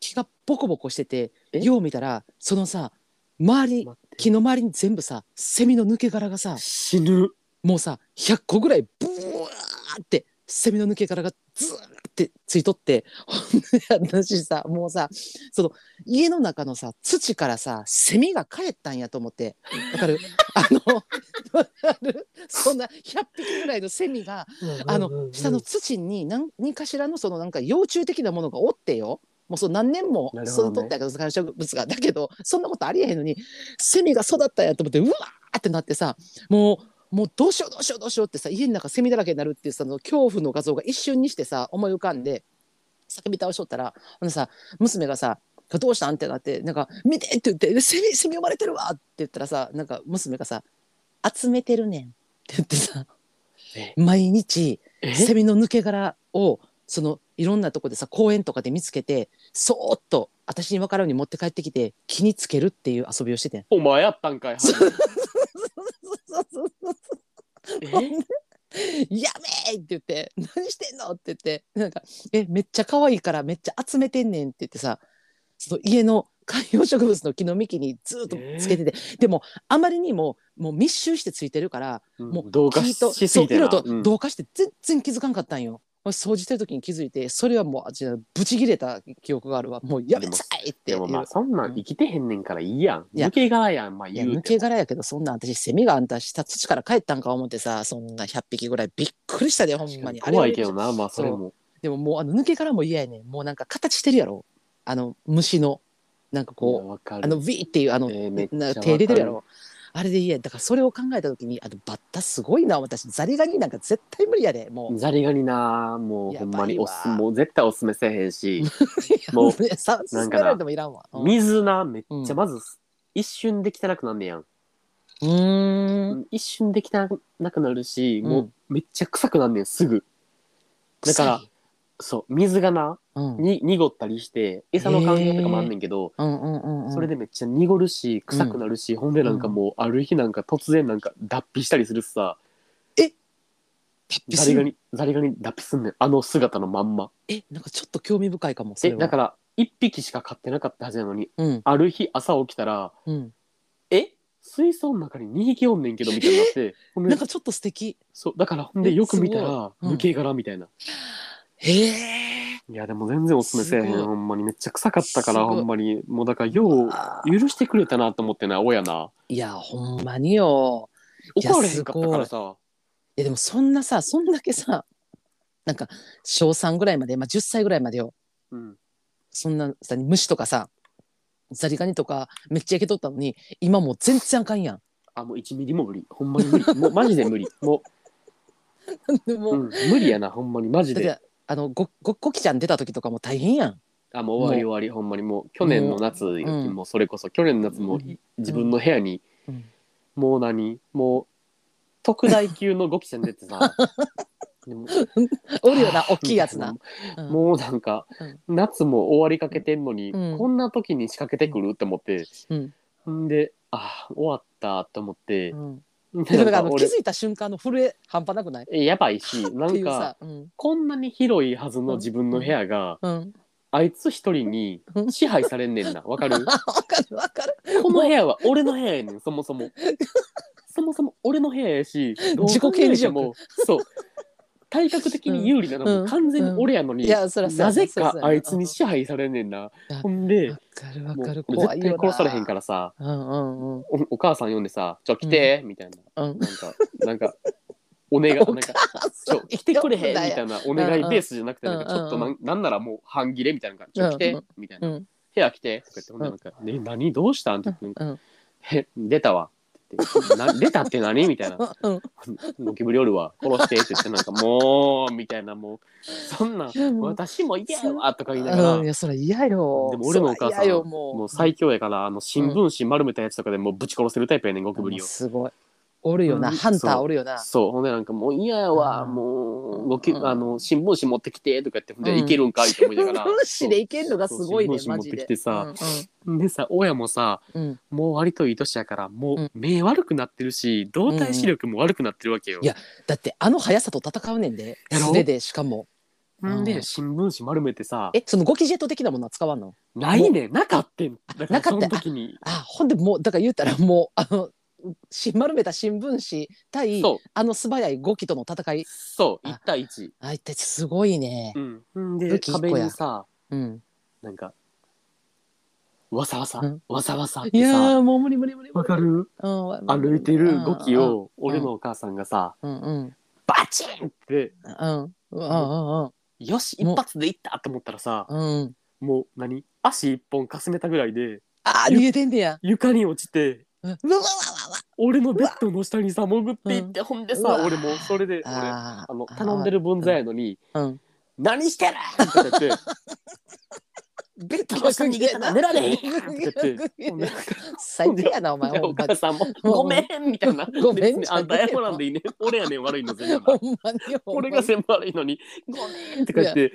[SPEAKER 1] 木がボコボコしてて
[SPEAKER 2] え
[SPEAKER 1] よう見たらそのさ周り
[SPEAKER 2] 待って
[SPEAKER 1] 木の周りに全部さセミの抜け殻がさ
[SPEAKER 2] 死ぬ。
[SPEAKER 1] もうさ100個ぐらいブワーってセミの抜け殻がズーってついとってほんで私さもうさその家の中のさ土からさセミが帰ったんやと思ってわ かるあのわかるそんな100匹ぐらいのセミがあの下の土に何何かしらのそのなんか幼虫的なものがおってよもうそう何年も
[SPEAKER 2] なるほど
[SPEAKER 1] 育
[SPEAKER 2] ね
[SPEAKER 1] っとったやけど観葉植物がだけどそんなことありえへんのにセミが育ったんやと思ってうわーってなってさもうもうどうしようどうしようどうしようってさ家の中セミだらけになるっていうその恐怖の画像が一瞬にしてさ思い浮かんで叫び倒しとったらほんでさ娘がさ「どうしたん?」ってなって「なんか見て!」って言って「セミセミ生まれてるわ!」って言ったらさなんか娘がさ「集めてるねん」って言ってさ
[SPEAKER 2] え
[SPEAKER 1] 毎日
[SPEAKER 2] え
[SPEAKER 1] セミの抜け殻をそのいろんなとこでさ公園とかで見つけてそーっと私に分かるように持って帰ってきて木につけるっていう遊びをしててん
[SPEAKER 2] お前やったんかい。
[SPEAKER 1] ほんでやべえって言って「何してんの?」って言ってなんか「えめっちゃ可愛いからめっちゃ集めてんねん」って言ってさその家の観葉植物の木の幹にずーっとつけてて、でもあまりにももう密集してついてるからもう
[SPEAKER 2] 動画
[SPEAKER 1] 木と
[SPEAKER 2] しすぎてな。
[SPEAKER 1] そう色と
[SPEAKER 2] うん
[SPEAKER 1] 同化して全然気づかんかったんよ。俺掃除してる時に気づいてそれはもうあちらブチ切れた記憶があるわもうやめなさいってい
[SPEAKER 2] で
[SPEAKER 1] う
[SPEAKER 2] もまあそんなん生きてへんねんからいいやん。
[SPEAKER 1] いや
[SPEAKER 2] 抜け殻やん。まあ
[SPEAKER 1] いや
[SPEAKER 2] 言
[SPEAKER 1] 抜
[SPEAKER 2] うて
[SPEAKER 1] け
[SPEAKER 2] も。
[SPEAKER 1] 殻やけどそんな私セミがあんた下土から帰ったんか思ってさそんな100匹ぐらいびっくりしたでほんまにあれ
[SPEAKER 2] 怖いけどな。まあそれも。
[SPEAKER 1] でももうあの抜け殻も嫌やねんもうなんか形してるやろあの虫のなんかこう
[SPEAKER 2] いやわかる
[SPEAKER 1] あのウィーっていうあの、
[SPEAKER 2] えーめっちゃ
[SPEAKER 1] な
[SPEAKER 2] わかる
[SPEAKER 1] 手入れてるやろあれで嫌やだからそれを考えた時にあのバッタすごいな私ザリガニなんか絶対無理やでもう
[SPEAKER 2] ザリガニなもう
[SPEAKER 1] や
[SPEAKER 2] ほ
[SPEAKER 1] ばい
[SPEAKER 2] ん
[SPEAKER 1] わ
[SPEAKER 2] まにおすもう絶対おすすめせえへんし
[SPEAKER 1] も
[SPEAKER 2] も
[SPEAKER 1] う
[SPEAKER 2] う
[SPEAKER 1] さ勧められてもいらんわ。うん
[SPEAKER 2] 水なめっ
[SPEAKER 1] う
[SPEAKER 2] ちゃ
[SPEAKER 1] ん
[SPEAKER 2] まず一瞬で汚くなんねやん、
[SPEAKER 1] うーん。
[SPEAKER 2] 一瞬で汚くなるし、
[SPEAKER 1] うん
[SPEAKER 2] もうめっちゃ臭くなんねんすぐだから
[SPEAKER 1] 臭い
[SPEAKER 2] そう水がな
[SPEAKER 1] うん
[SPEAKER 2] に濁ったりして餌の関係とかもあんねんけど、
[SPEAKER 1] うんうんうんうん。
[SPEAKER 2] それでめっちゃ濁るし臭くなるし、ほんでなんかもうある日なんか突然なんか脱皮したりするしさ
[SPEAKER 1] 脱皮
[SPEAKER 2] ザ
[SPEAKER 1] す
[SPEAKER 2] リガ
[SPEAKER 1] る。
[SPEAKER 2] ニザリガニ脱皮すんねんあの姿のまんま
[SPEAKER 1] え、なんかちょっと興味深いかも。そ
[SPEAKER 2] え
[SPEAKER 1] れは
[SPEAKER 2] だから一匹しか飼ってなかったはずなのに
[SPEAKER 1] うん
[SPEAKER 2] ある日朝起きたら
[SPEAKER 1] うん。
[SPEAKER 2] え水槽の中に2匹おんねんけどみたいになって ほんで
[SPEAKER 1] なんかちょっと素敵。
[SPEAKER 2] そうだからほんでよく見た
[SPEAKER 1] えす
[SPEAKER 2] ら
[SPEAKER 1] ごいうん
[SPEAKER 2] 抜け殻みたいな、
[SPEAKER 1] へえ。
[SPEAKER 2] いやでも全然おすすめせえへ
[SPEAKER 1] すごい
[SPEAKER 2] んほんまにめっちゃ臭かったから
[SPEAKER 1] すごい
[SPEAKER 2] ほんまにもうだからよう
[SPEAKER 1] あー
[SPEAKER 2] 許してくれたなと思ってな親ない
[SPEAKER 1] やほんまによ。いや
[SPEAKER 2] 怒られへんかったから
[SPEAKER 1] す
[SPEAKER 2] さ
[SPEAKER 1] いやでもそんなさそんだけさなんか小三ぐらいまでまあ10歳ぐらいまでよ
[SPEAKER 2] うん
[SPEAKER 1] そんなさ虫とかさザリガニとかめっちゃいけとったのに今もう全然あかんやん。
[SPEAKER 2] あもう1ミリも無理ほんまに無理もうマジで無理も
[SPEAKER 1] でも
[SPEAKER 2] う、うん、無理やなほんまにマジ
[SPEAKER 1] だって
[SPEAKER 2] で
[SPEAKER 1] あのごごごきちゃん出た時とかも大変やん
[SPEAKER 2] あもう終わり終わりほんまにもう去年の夏より
[SPEAKER 1] うん
[SPEAKER 2] もうそれこそ去年の夏も
[SPEAKER 1] うん
[SPEAKER 2] 自分の部屋に
[SPEAKER 1] うん
[SPEAKER 2] もう何もう特大級のゴキちゃん出てさ でも
[SPEAKER 1] おるよな大きいやつな
[SPEAKER 2] み、たいなもうなんか、夏も終わりかけてんのに、
[SPEAKER 1] うん
[SPEAKER 2] こんな時に仕掛けてくるって思って、
[SPEAKER 1] うん
[SPEAKER 2] んであ終わったと思って
[SPEAKER 1] う、ん、
[SPEAKER 2] で
[SPEAKER 1] だ
[SPEAKER 2] な
[SPEAKER 1] か
[SPEAKER 2] ん
[SPEAKER 1] らあ
[SPEAKER 2] か
[SPEAKER 1] の気
[SPEAKER 2] 俺
[SPEAKER 1] づいた瞬間の震え半端なくない
[SPEAKER 2] やばいしな
[SPEAKER 1] ってい
[SPEAKER 2] ん
[SPEAKER 1] うさ、
[SPEAKER 2] か
[SPEAKER 1] うん
[SPEAKER 2] こんなに広いはずの自分の部屋が、
[SPEAKER 1] うん、
[SPEAKER 2] あいつ一人に
[SPEAKER 1] うん
[SPEAKER 2] 支配されんねん なわかる
[SPEAKER 1] あわかるわかる
[SPEAKER 2] この部屋は俺の部屋やねんそも そもそもそも俺の部屋やし
[SPEAKER 1] 自己顕示欲
[SPEAKER 2] どう考えてもそう体格的に有利なの
[SPEAKER 1] うん
[SPEAKER 2] も完全に俺やのに、
[SPEAKER 1] いやそらそうや
[SPEAKER 2] なぜ
[SPEAKER 1] そら
[SPEAKER 2] か
[SPEAKER 1] そうや
[SPEAKER 2] あいつに支配されんねんな。
[SPEAKER 1] うん
[SPEAKER 2] ほんで
[SPEAKER 1] わ、かるわ
[SPEAKER 2] もう
[SPEAKER 1] かる
[SPEAKER 2] 俺
[SPEAKER 1] 怖
[SPEAKER 2] 絶
[SPEAKER 1] い
[SPEAKER 2] 対
[SPEAKER 1] よな
[SPEAKER 2] 殺されへんからさ、
[SPEAKER 1] うんうんうん
[SPEAKER 2] おお母さん呼んでさ、ちょ、来て、みたいな。
[SPEAKER 1] うん
[SPEAKER 2] なんか、なんか、お 願い、なん
[SPEAKER 1] お
[SPEAKER 2] か、
[SPEAKER 1] 母
[SPEAKER 2] ち
[SPEAKER 1] さん
[SPEAKER 2] ょ、来てくれへんみた
[SPEAKER 1] ない
[SPEAKER 2] なお願いベースじゃなくて、なんか、ち
[SPEAKER 1] うんうん
[SPEAKER 2] ょっとなん、なんならもう半切れみたいな感じ。ちょ、
[SPEAKER 1] う
[SPEAKER 2] 来
[SPEAKER 1] んう
[SPEAKER 2] て
[SPEAKER 1] ん、
[SPEAKER 2] みたいうな。
[SPEAKER 1] ん
[SPEAKER 2] 部屋来て、とか言って、ほんでなんか、ね、何、どうしたんって言って、
[SPEAKER 1] う
[SPEAKER 2] なん
[SPEAKER 1] ん
[SPEAKER 2] か、へ、出たわ。って言ってな出たって何みたいな。
[SPEAKER 1] うん
[SPEAKER 2] ゴキブリおるわ殺してって言ってなんかもうみたいなもうそんない
[SPEAKER 1] やもう
[SPEAKER 2] 私も嫌やわとか言いながら
[SPEAKER 1] うんいやそれ嫌よ
[SPEAKER 2] でも俺のお母さん
[SPEAKER 1] そら嫌よもう
[SPEAKER 2] もう最強やからあの新聞紙丸めたやつとかでもうぶち殺せるタイプやねんゴキブリを
[SPEAKER 1] もうすごいおるよな、
[SPEAKER 2] うん
[SPEAKER 1] ハンター
[SPEAKER 2] そう
[SPEAKER 1] おるよな
[SPEAKER 2] そうほんでなんかもう嫌やわ
[SPEAKER 1] うん
[SPEAKER 2] もうゴキ
[SPEAKER 1] うん
[SPEAKER 2] あの新聞紙持ってきてとか言ってほん
[SPEAKER 1] うん
[SPEAKER 2] でいけるんかいって思いながら
[SPEAKER 1] 新聞紙でいけんのがすごいね
[SPEAKER 2] そう
[SPEAKER 1] マ
[SPEAKER 2] 新聞紙持
[SPEAKER 1] ジ
[SPEAKER 2] って
[SPEAKER 1] で
[SPEAKER 2] きてさ
[SPEAKER 1] う
[SPEAKER 2] そうでさ親もさ
[SPEAKER 1] んうん
[SPEAKER 2] もう割といい年やからも
[SPEAKER 1] うん
[SPEAKER 2] う目悪くなってるし動体視力も悪くなってるわけよ
[SPEAKER 1] いやだってあの速さと戦うねんで
[SPEAKER 2] やろ
[SPEAKER 1] 素手でしかも
[SPEAKER 2] ほん
[SPEAKER 1] うん
[SPEAKER 2] で新聞紙丸めてさ
[SPEAKER 1] えそのゴキジェット的なものは使わんの
[SPEAKER 2] ないねなかったんだから
[SPEAKER 1] なかった
[SPEAKER 2] その時に
[SPEAKER 1] あほんでもうだから言うたらもうあのし丸めた新聞紙対
[SPEAKER 2] そう
[SPEAKER 1] あの素早いゴキとの戦い
[SPEAKER 2] そう
[SPEAKER 1] あ
[SPEAKER 2] 1対1
[SPEAKER 1] あいってすごいね
[SPEAKER 2] う
[SPEAKER 1] 武
[SPEAKER 2] んで
[SPEAKER 1] 器一個
[SPEAKER 2] 壁
[SPEAKER 1] や
[SPEAKER 2] にさ
[SPEAKER 1] うん
[SPEAKER 2] なんかわさわさ
[SPEAKER 1] うん
[SPEAKER 2] わさわさっ
[SPEAKER 1] い
[SPEAKER 2] てさ
[SPEAKER 1] やーもう無理無理無理無理
[SPEAKER 2] わかる
[SPEAKER 1] うんわ
[SPEAKER 2] 歩いてる動きを俺のお母さんがさ
[SPEAKER 1] うんうん
[SPEAKER 2] バチンって
[SPEAKER 1] うんうんうん
[SPEAKER 2] よし
[SPEAKER 1] もう
[SPEAKER 2] 一発でいったと思ったらさ
[SPEAKER 1] うんうん
[SPEAKER 2] もう何足一本かすめたぐらいで
[SPEAKER 1] あー逃げてんねや
[SPEAKER 2] 床に落ちて
[SPEAKER 1] うんうわわわわ
[SPEAKER 2] 俺のベッドの下にさ潜っていってほんで
[SPEAKER 1] うわ
[SPEAKER 2] さ俺もうそれで俺あ
[SPEAKER 1] あー
[SPEAKER 2] の頼んでる分際やのに
[SPEAKER 1] うん
[SPEAKER 2] 「何してる!」って言って
[SPEAKER 1] ベッ
[SPEAKER 2] 「どうして逃げたら寝られへん!」って言っ てほんで
[SPEAKER 1] 最低やなお前
[SPEAKER 2] で
[SPEAKER 1] ほ
[SPEAKER 2] お
[SPEAKER 1] んま
[SPEAKER 2] 母
[SPEAKER 1] に
[SPEAKER 2] さんも「
[SPEAKER 1] ほんま
[SPEAKER 2] ごめん」みたいな「
[SPEAKER 1] ごめん
[SPEAKER 2] 別に
[SPEAKER 1] じゃねえよ
[SPEAKER 2] あんた謝らんでいいね俺やねん悪いの 全
[SPEAKER 1] ほ
[SPEAKER 2] 部
[SPEAKER 1] んまにほんまに
[SPEAKER 2] 俺が全部悪いのにごめん」とか言って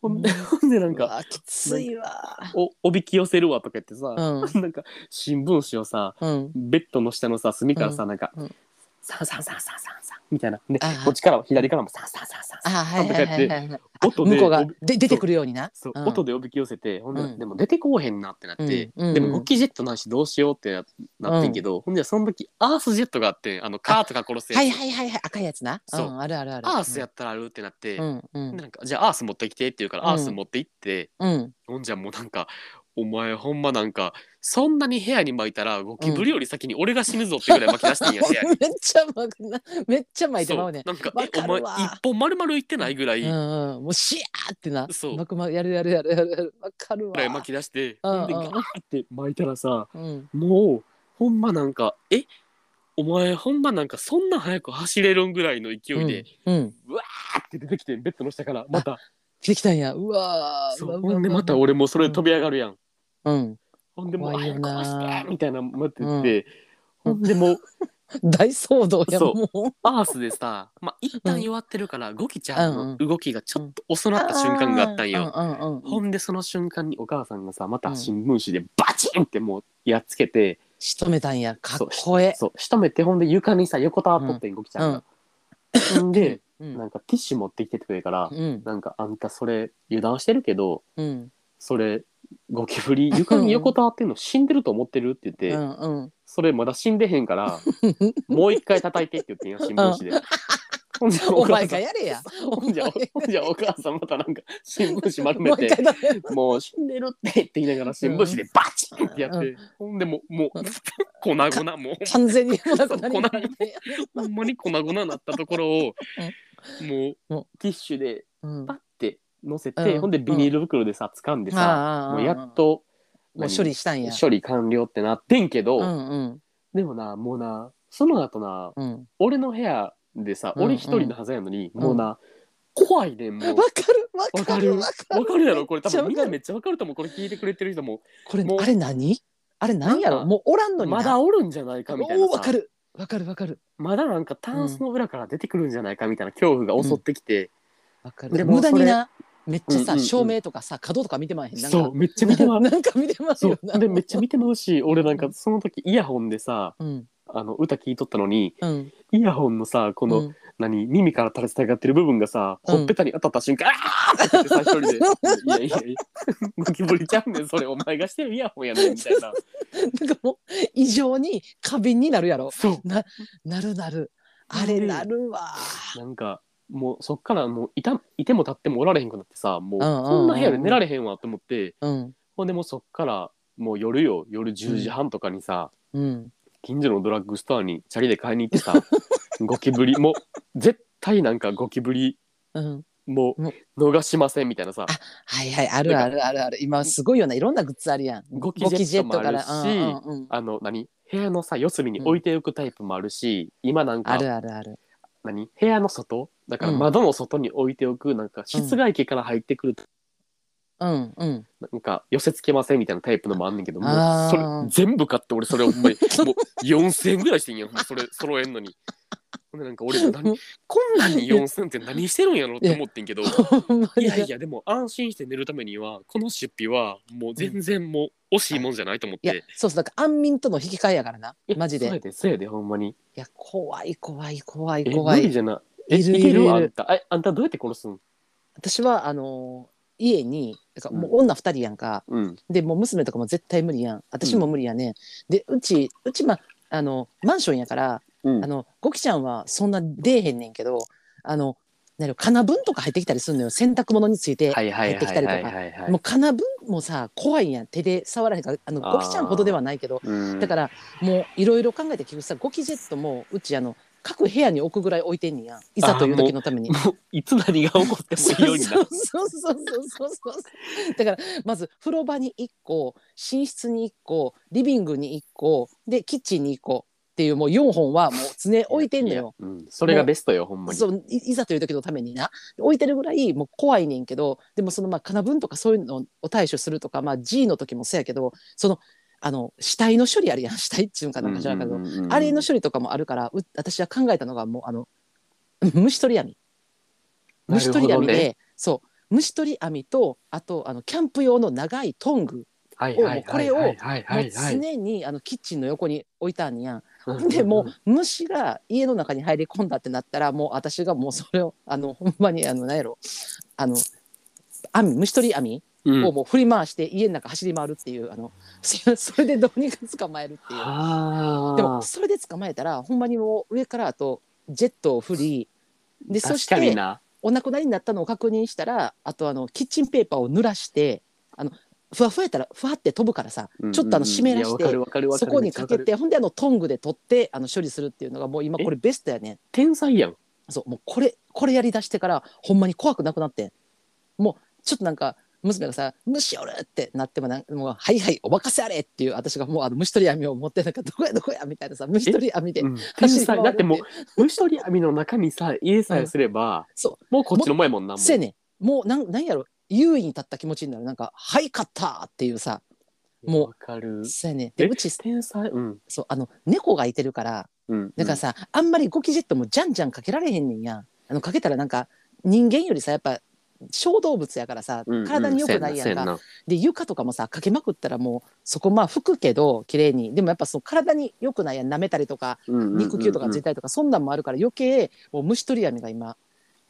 [SPEAKER 2] ほんでほんでなん
[SPEAKER 1] う
[SPEAKER 2] か
[SPEAKER 1] わきついわ
[SPEAKER 2] 「おおびき寄せるわ」とか言ってさ
[SPEAKER 1] うん
[SPEAKER 2] なんか新聞紙をさ
[SPEAKER 1] うん
[SPEAKER 2] ベッドの下のさ隅からさなんか
[SPEAKER 1] うん
[SPEAKER 2] 「サンサンサンサンサンサン」みたいなで
[SPEAKER 1] ああ
[SPEAKER 2] こっちからも左からも「サンサンサンサン
[SPEAKER 1] あ
[SPEAKER 2] サ
[SPEAKER 1] は
[SPEAKER 2] ン
[SPEAKER 1] いはいはいはいはい」
[SPEAKER 2] 音
[SPEAKER 1] 向
[SPEAKER 2] で
[SPEAKER 1] こうが
[SPEAKER 2] おび
[SPEAKER 1] で出てくるようにな
[SPEAKER 2] そう
[SPEAKER 1] うん
[SPEAKER 2] 音でおびき寄せてほん
[SPEAKER 1] うん
[SPEAKER 2] ででも出てこうへんなってなって
[SPEAKER 1] うんうん
[SPEAKER 2] でもゴキジェットないしどうしようってななってんけどほんでその時アースジェットがあってあのカーとか殺すや
[SPEAKER 1] はい
[SPEAKER 2] つ
[SPEAKER 1] はいはいはい赤いやつな
[SPEAKER 2] そう
[SPEAKER 1] うんあるあるある
[SPEAKER 2] アースやったらあるってなって
[SPEAKER 1] う、んうん
[SPEAKER 2] なんかじゃあアース持ってきてって言うから、
[SPEAKER 1] うん
[SPEAKER 2] アース持って行って
[SPEAKER 1] うん
[SPEAKER 2] ほんじゃもうなんかお前ほんまなんかそんなに部屋に巻いたらゴキブリより先に俺が死ぬぞってぐらい巻き出してんやし、
[SPEAKER 1] めっちゃまくなめっちゃ巻いてまうね
[SPEAKER 2] なんか
[SPEAKER 1] わ
[SPEAKER 2] え
[SPEAKER 1] か
[SPEAKER 2] お
[SPEAKER 1] るわ
[SPEAKER 2] 前一本丸々いってないぐら
[SPEAKER 1] う
[SPEAKER 2] い
[SPEAKER 1] ん
[SPEAKER 2] ぐ
[SPEAKER 1] うんもうシャーってな
[SPEAKER 2] そう
[SPEAKER 1] まくまやるやるやるやるやるわかるわ
[SPEAKER 2] らい巻き出して、
[SPEAKER 1] うんうん
[SPEAKER 2] ほんでガーって巻いたらさ
[SPEAKER 1] うん
[SPEAKER 2] もうほんまなんかえお前ほんまなんかそんな早く走れるんぐらいの勢いで、
[SPEAKER 1] うんうん
[SPEAKER 2] パッて出てきてベッドの下から また
[SPEAKER 1] できたんやうわー
[SPEAKER 2] そうう
[SPEAKER 1] わうわ
[SPEAKER 2] ほんでまた俺もそれで飛び上がるやん
[SPEAKER 1] うん
[SPEAKER 2] ほんでもう
[SPEAKER 1] 怖いよ
[SPEAKER 2] 早く
[SPEAKER 1] な
[SPEAKER 2] 壊してみたいな待ってて、
[SPEAKER 1] うん
[SPEAKER 2] ほんでもう
[SPEAKER 1] 大騒動や
[SPEAKER 2] そう
[SPEAKER 1] もう
[SPEAKER 2] アースでさ、まあ、一旦弱ってるからゴキちゃんの動きがちょっと遅なった瞬間があったんよ。
[SPEAKER 1] うんうんうん
[SPEAKER 2] ほんでその瞬間にお母さんがさまた新聞紙でバチンってもうやっつけて、
[SPEAKER 1] 仕留めたんやかっこええ
[SPEAKER 2] そうしとめてほんで床にさ横たわっとってんゴキちゃんが。ほんで
[SPEAKER 1] うん
[SPEAKER 2] なんかティッシュ持ってきててくれるから、
[SPEAKER 1] うん
[SPEAKER 2] なんかあんたそれ油断してるけど
[SPEAKER 1] うん
[SPEAKER 2] それゴキブリ床に横たわってんの死んでると思ってるって言って、
[SPEAKER 1] うんうん
[SPEAKER 2] それまだ死んでへんから もう一回叩いてって言ってんよ新聞紙で。ほんじゃ
[SPEAKER 1] お
[SPEAKER 2] 母さ
[SPEAKER 1] 前
[SPEAKER 2] ん
[SPEAKER 1] がやれや。
[SPEAKER 2] ほんじゃ、ほんじゃお母さんまたなんか 新聞紙丸
[SPEAKER 1] も
[SPEAKER 2] め
[SPEAKER 1] う一回
[SPEAKER 2] て、
[SPEAKER 1] だめ
[SPEAKER 2] もう死んでるってって言いながら新聞紙でバチンってやって、ほんでもう、もう、粉々、もう、
[SPEAKER 1] 完全にもうなくなり
[SPEAKER 2] そう
[SPEAKER 1] ま
[SPEAKER 2] 粉
[SPEAKER 1] し
[SPEAKER 2] 々 ほんまに粉々なったところを、もう
[SPEAKER 1] も、
[SPEAKER 2] ティッシュで
[SPEAKER 1] うん
[SPEAKER 2] パ
[SPEAKER 1] あ
[SPEAKER 2] ッて乗せて、
[SPEAKER 1] うん
[SPEAKER 2] ほんでビニール袋でさ、掴んでさ、
[SPEAKER 1] あ
[SPEAKER 2] もうやっと、
[SPEAKER 1] もう処理したんや。
[SPEAKER 2] 処理完了ってなってんけど、
[SPEAKER 1] うんうん
[SPEAKER 2] でもな、もうな、その後な、
[SPEAKER 1] うん。
[SPEAKER 2] 俺の部屋でさ、
[SPEAKER 1] うん
[SPEAKER 2] 俺一人のはずやのに、もうな、怖いねんも
[SPEAKER 1] わ
[SPEAKER 2] う
[SPEAKER 1] かるわ
[SPEAKER 2] わ
[SPEAKER 1] か
[SPEAKER 2] か
[SPEAKER 1] る
[SPEAKER 2] る
[SPEAKER 1] わか
[SPEAKER 2] わ
[SPEAKER 1] る
[SPEAKER 2] かるやろこれ多分
[SPEAKER 1] め
[SPEAKER 2] み
[SPEAKER 1] っ
[SPEAKER 2] ん
[SPEAKER 1] ちゃわかる
[SPEAKER 2] なめっちゃわかると思うこれ聞いてくれてる人も
[SPEAKER 1] これ
[SPEAKER 2] もう
[SPEAKER 1] あれ何あれ何やろ
[SPEAKER 2] なんか
[SPEAKER 1] もうおらんのにな
[SPEAKER 2] まだおるんじゃないかみたい
[SPEAKER 1] お
[SPEAKER 2] な
[SPEAKER 1] ーわか
[SPEAKER 2] さ
[SPEAKER 1] るわかるわかる
[SPEAKER 2] まだなんかタンスの裏から出てくるんじゃないかみたいな恐怖が襲ってきて
[SPEAKER 1] わか
[SPEAKER 2] で
[SPEAKER 1] る
[SPEAKER 2] も
[SPEAKER 1] 無駄になめっちゃ
[SPEAKER 2] うん
[SPEAKER 1] さ
[SPEAKER 2] うんうん
[SPEAKER 1] 照明とかさ角とか見てまえへんなんか
[SPEAKER 2] そうめっちゃ見て まう
[SPEAKER 1] なんか見てます
[SPEAKER 2] そ
[SPEAKER 1] よな
[SPEAKER 2] うでめっちゃ見てまうし俺なんかその時イヤホンでさ
[SPEAKER 1] うん
[SPEAKER 2] あの歌聞いとったのに
[SPEAKER 1] うん
[SPEAKER 2] イヤホンのさこの、
[SPEAKER 1] うん
[SPEAKER 2] 何耳から垂れ下がってる部分がさ
[SPEAKER 1] うん
[SPEAKER 2] ほっぺたに当たった瞬間「あーって言ってさ 一人で「いやいやいやゴキブリちゃうねんそれお前がしてるイヤホンやねん」みたいな
[SPEAKER 1] なんかもう異常に過敏になるやろ
[SPEAKER 2] そう
[SPEAKER 1] なるなるあれなるわ
[SPEAKER 2] なんかもうそっからもういたいても立ってもおられへんくなってさもう
[SPEAKER 1] うんうんうんうん
[SPEAKER 2] こんな部屋で寝られへんわと思って
[SPEAKER 1] うん
[SPEAKER 2] ほんでもうそっからもう夜よ夜10時半とかにさ、
[SPEAKER 1] うん
[SPEAKER 2] 近所のドラッグストアにチャリで買いに行って さゴキブリもう絶対なんかゴキブリ
[SPEAKER 1] うん
[SPEAKER 2] も
[SPEAKER 1] も
[SPEAKER 2] う逃しませんみたいなさ
[SPEAKER 1] はいはいあるあるあるある今すごいよないろんなグッズあるやん
[SPEAKER 2] ゴキジェットもあるし
[SPEAKER 1] ゴキジェットからうんうんうん
[SPEAKER 2] あの何部屋のさ四隅に置いておくタイプもあるし、今なんか
[SPEAKER 1] あるあるある
[SPEAKER 2] 何部屋の外だから
[SPEAKER 1] うん
[SPEAKER 2] 窓の外に置いておくなんか室外機から入ってくる、
[SPEAKER 1] うんうん
[SPEAKER 2] なんか寄せ付けませんみたいなタイプのもあんねんけども
[SPEAKER 1] あ
[SPEAKER 2] うそれ
[SPEAKER 1] ー
[SPEAKER 2] 全部買って俺それを ほんまにもう4,000円ぐらいしてんやんほんまそれ揃えんのに。ほんでなんか俺何こんなんに4,000って何してるんやろって思ってん けど
[SPEAKER 1] ほんま
[SPEAKER 2] い
[SPEAKER 1] に
[SPEAKER 2] やいやでも安心して寝るためにはこの出費はもう全然もう惜しいもんじゃないと思っ
[SPEAKER 1] い
[SPEAKER 2] て。
[SPEAKER 1] やそうそうだから安眠との引き換えやからな
[SPEAKER 2] え
[SPEAKER 1] マジで
[SPEAKER 2] そうや
[SPEAKER 1] い
[SPEAKER 2] でそうやでほんまに。
[SPEAKER 1] や怖い怖い怖い
[SPEAKER 2] え
[SPEAKER 1] 怖
[SPEAKER 2] 無理
[SPEAKER 1] い
[SPEAKER 2] じゃない。え
[SPEAKER 1] いる
[SPEAKER 2] いけ
[SPEAKER 1] いるいる
[SPEAKER 2] るあんたえあんたどうやって殺すの
[SPEAKER 1] 私はあのー家にだからもう女二人やんか、
[SPEAKER 2] うん
[SPEAKER 1] でもう娘とかも絶対無理やん私も無理やね、ん、でうちうちまあのマンションやから、
[SPEAKER 2] うん
[SPEAKER 1] あのゴキちゃんはそんな出えへんねんけどあのなんやろ金分とか入ってきたりするのよ洗濯物について、
[SPEAKER 2] はいはい
[SPEAKER 1] 入ってきたりとか
[SPEAKER 2] はいは
[SPEAKER 1] もう金分もさ怖いやん手で触らへんからあの
[SPEAKER 2] あー
[SPEAKER 1] ゴキちゃんほどではないけど
[SPEAKER 2] うん
[SPEAKER 1] だからもういろいろ考えて結局さゴキジェットもうちあの各部屋に置くぐらい置いてんねやんいざという時のために。
[SPEAKER 2] もういつ何が起こって
[SPEAKER 1] そう
[SPEAKER 2] もいいようにな
[SPEAKER 1] そうそうそうそうそうそう だからまず風呂場に1個寝室に1個リビングに1個でキッチンに1個っていうもう4本はもう常に置いてんのよ。
[SPEAKER 2] いや。うんそれがベストよほんまに。
[SPEAKER 1] そういいざという時のためにな置いてるぐらいもう怖いねんけどでもそのまあ金分とかそういうのを対処するとか、まあ、G の時もそうやけどそのあの死体の処理あるやん死体っちゅうんかなんか知らんけど、
[SPEAKER 2] うんうんうんうん
[SPEAKER 1] あれの処理とかもあるからう私は考えたのがもうあの虫取り網
[SPEAKER 2] な
[SPEAKER 1] 虫
[SPEAKER 2] るほどね
[SPEAKER 1] 取り網で、そう虫取り網とあとあのキャンプ用の長いトング
[SPEAKER 2] はい
[SPEAKER 1] を
[SPEAKER 2] は
[SPEAKER 1] もう
[SPEAKER 2] い
[SPEAKER 1] こ
[SPEAKER 2] はい
[SPEAKER 1] れを
[SPEAKER 2] はいはいは
[SPEAKER 1] もう
[SPEAKER 2] いはい
[SPEAKER 1] 常にあのキッチンの横に置いたんやん、
[SPEAKER 2] うん
[SPEAKER 1] でもう虫が家の中に入り込んだってなったらもう私がもうそれをあのほんまにあの何やろあの網虫取り網
[SPEAKER 2] うんうん
[SPEAKER 1] をもう振り回して家の中走り回るっていう、あのそそれでどうにか捕まえるっていう。
[SPEAKER 2] あー
[SPEAKER 1] でもそれで捕まえたらほんまにもう上からあとジェットを振りでそし
[SPEAKER 2] 確かに
[SPEAKER 1] て
[SPEAKER 2] な
[SPEAKER 1] お亡くなりになったのを確認したらあとあのキッチンペーパーを濡らしてあのふわふわやったらふわって飛ぶからさちょっとあの湿らし
[SPEAKER 2] いやわか
[SPEAKER 1] て
[SPEAKER 2] るわかるわか
[SPEAKER 1] そ
[SPEAKER 2] る
[SPEAKER 1] こにかけ
[SPEAKER 2] めっち
[SPEAKER 1] て
[SPEAKER 2] ゃわる
[SPEAKER 1] ほんであのトングで取ってあの処理するっていうのがもう今これベストやねん
[SPEAKER 2] 天才やん。
[SPEAKER 1] そうもうこれこれやりだしてからほんまに怖くなくなってんもうちょっとなんか娘がさ「虫おる!」ってなってもなんもう「はいはいお任せあれ!」っていう私がもうあの虫取り網を持ってなんか「どこやどこや!」みたいなさ虫取り網で
[SPEAKER 2] うん天
[SPEAKER 1] 走り回
[SPEAKER 2] 才
[SPEAKER 1] る
[SPEAKER 2] だってもう虫取り網の中にさ家さえすれば
[SPEAKER 1] そ
[SPEAKER 2] もうこっちの前もんな
[SPEAKER 1] う
[SPEAKER 2] も
[SPEAKER 1] せや
[SPEAKER 2] う
[SPEAKER 1] ねんもうなんなんやろ優位に立った気持ちになるなんか「はい勝った!」っていうさもう
[SPEAKER 2] わかる
[SPEAKER 1] せやねんで
[SPEAKER 2] え
[SPEAKER 1] うち
[SPEAKER 2] 天才うん
[SPEAKER 1] そうあの猫がいてるから
[SPEAKER 2] うん
[SPEAKER 1] だからさ、あんまりゴキジェットもじゃんじゃんかけられへんねんやんあのかけたらなんか人間よりさやっぱ小動物やからさ
[SPEAKER 2] うん
[SPEAKER 1] 体に良くないやんか、
[SPEAKER 2] うう
[SPEAKER 1] で床とかもさかけまくったらもうそこまあ拭くけど綺麗にでもやっぱその体に良くないやん舐めたりとか
[SPEAKER 2] せやんなうんうんうんうん
[SPEAKER 1] 肉球とかついたりとか、そんなんもあるから余計もう虫取り網が今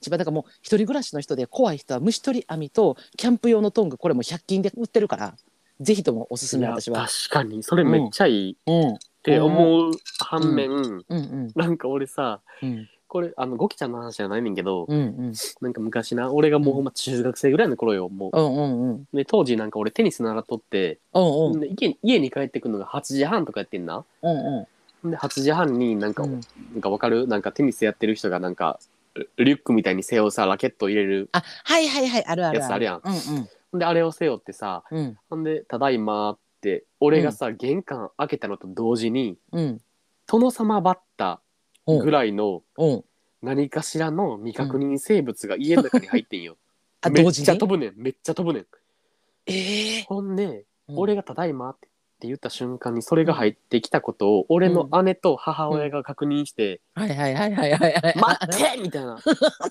[SPEAKER 1] 一番だからもう一人暮らしの人で怖い人は虫取り網とキャンプ用のトングこれも100均で売ってるからぜひともおすすめ
[SPEAKER 2] いや
[SPEAKER 1] 私は。
[SPEAKER 2] 確かにそれめっちゃいいっ
[SPEAKER 1] うん
[SPEAKER 2] て思う反面、
[SPEAKER 1] うんうん
[SPEAKER 2] なんか俺さ
[SPEAKER 1] うん
[SPEAKER 2] これあのゴキちゃんの話じゃないねんけど、
[SPEAKER 1] うんうん
[SPEAKER 2] なんか昔な俺がもうほんま中学生ぐらいの頃よも
[SPEAKER 1] うんうんうん
[SPEAKER 2] うで当時なんか俺テニス習っとって、
[SPEAKER 1] うんうん
[SPEAKER 2] で家家に帰ってくるのが8時半とかやってんな
[SPEAKER 1] うんうん
[SPEAKER 2] で8時半になんか、
[SPEAKER 1] うん
[SPEAKER 2] なんかわかるなんかテニスやってる人がなんかリュックみたいに背負うさラケット入れる
[SPEAKER 1] あはいはいはいあるある
[SPEAKER 2] やつあるやん
[SPEAKER 1] うんうん
[SPEAKER 2] であれを背負ってさ
[SPEAKER 1] うん
[SPEAKER 2] ほんで「ただいま」って俺がさ、玄関開けたのと同時に
[SPEAKER 1] うん
[SPEAKER 2] 殿様バッタ
[SPEAKER 1] うん
[SPEAKER 2] ぐらいの
[SPEAKER 1] うん
[SPEAKER 2] 何かしらの未確認生物が家の中に入ってんよ。
[SPEAKER 1] あ
[SPEAKER 2] めっ
[SPEAKER 1] 同時
[SPEAKER 2] ちゃ
[SPEAKER 1] に
[SPEAKER 2] 飛ぶねん。めっちゃ飛ぶねん。
[SPEAKER 1] ええ
[SPEAKER 2] ほんで、
[SPEAKER 1] うん
[SPEAKER 2] 俺がただいまって言った瞬間にそれが入ってきたことを俺の姉と母親が確認して、
[SPEAKER 1] はいはいはいはいはいはい
[SPEAKER 2] 待ってみた いな。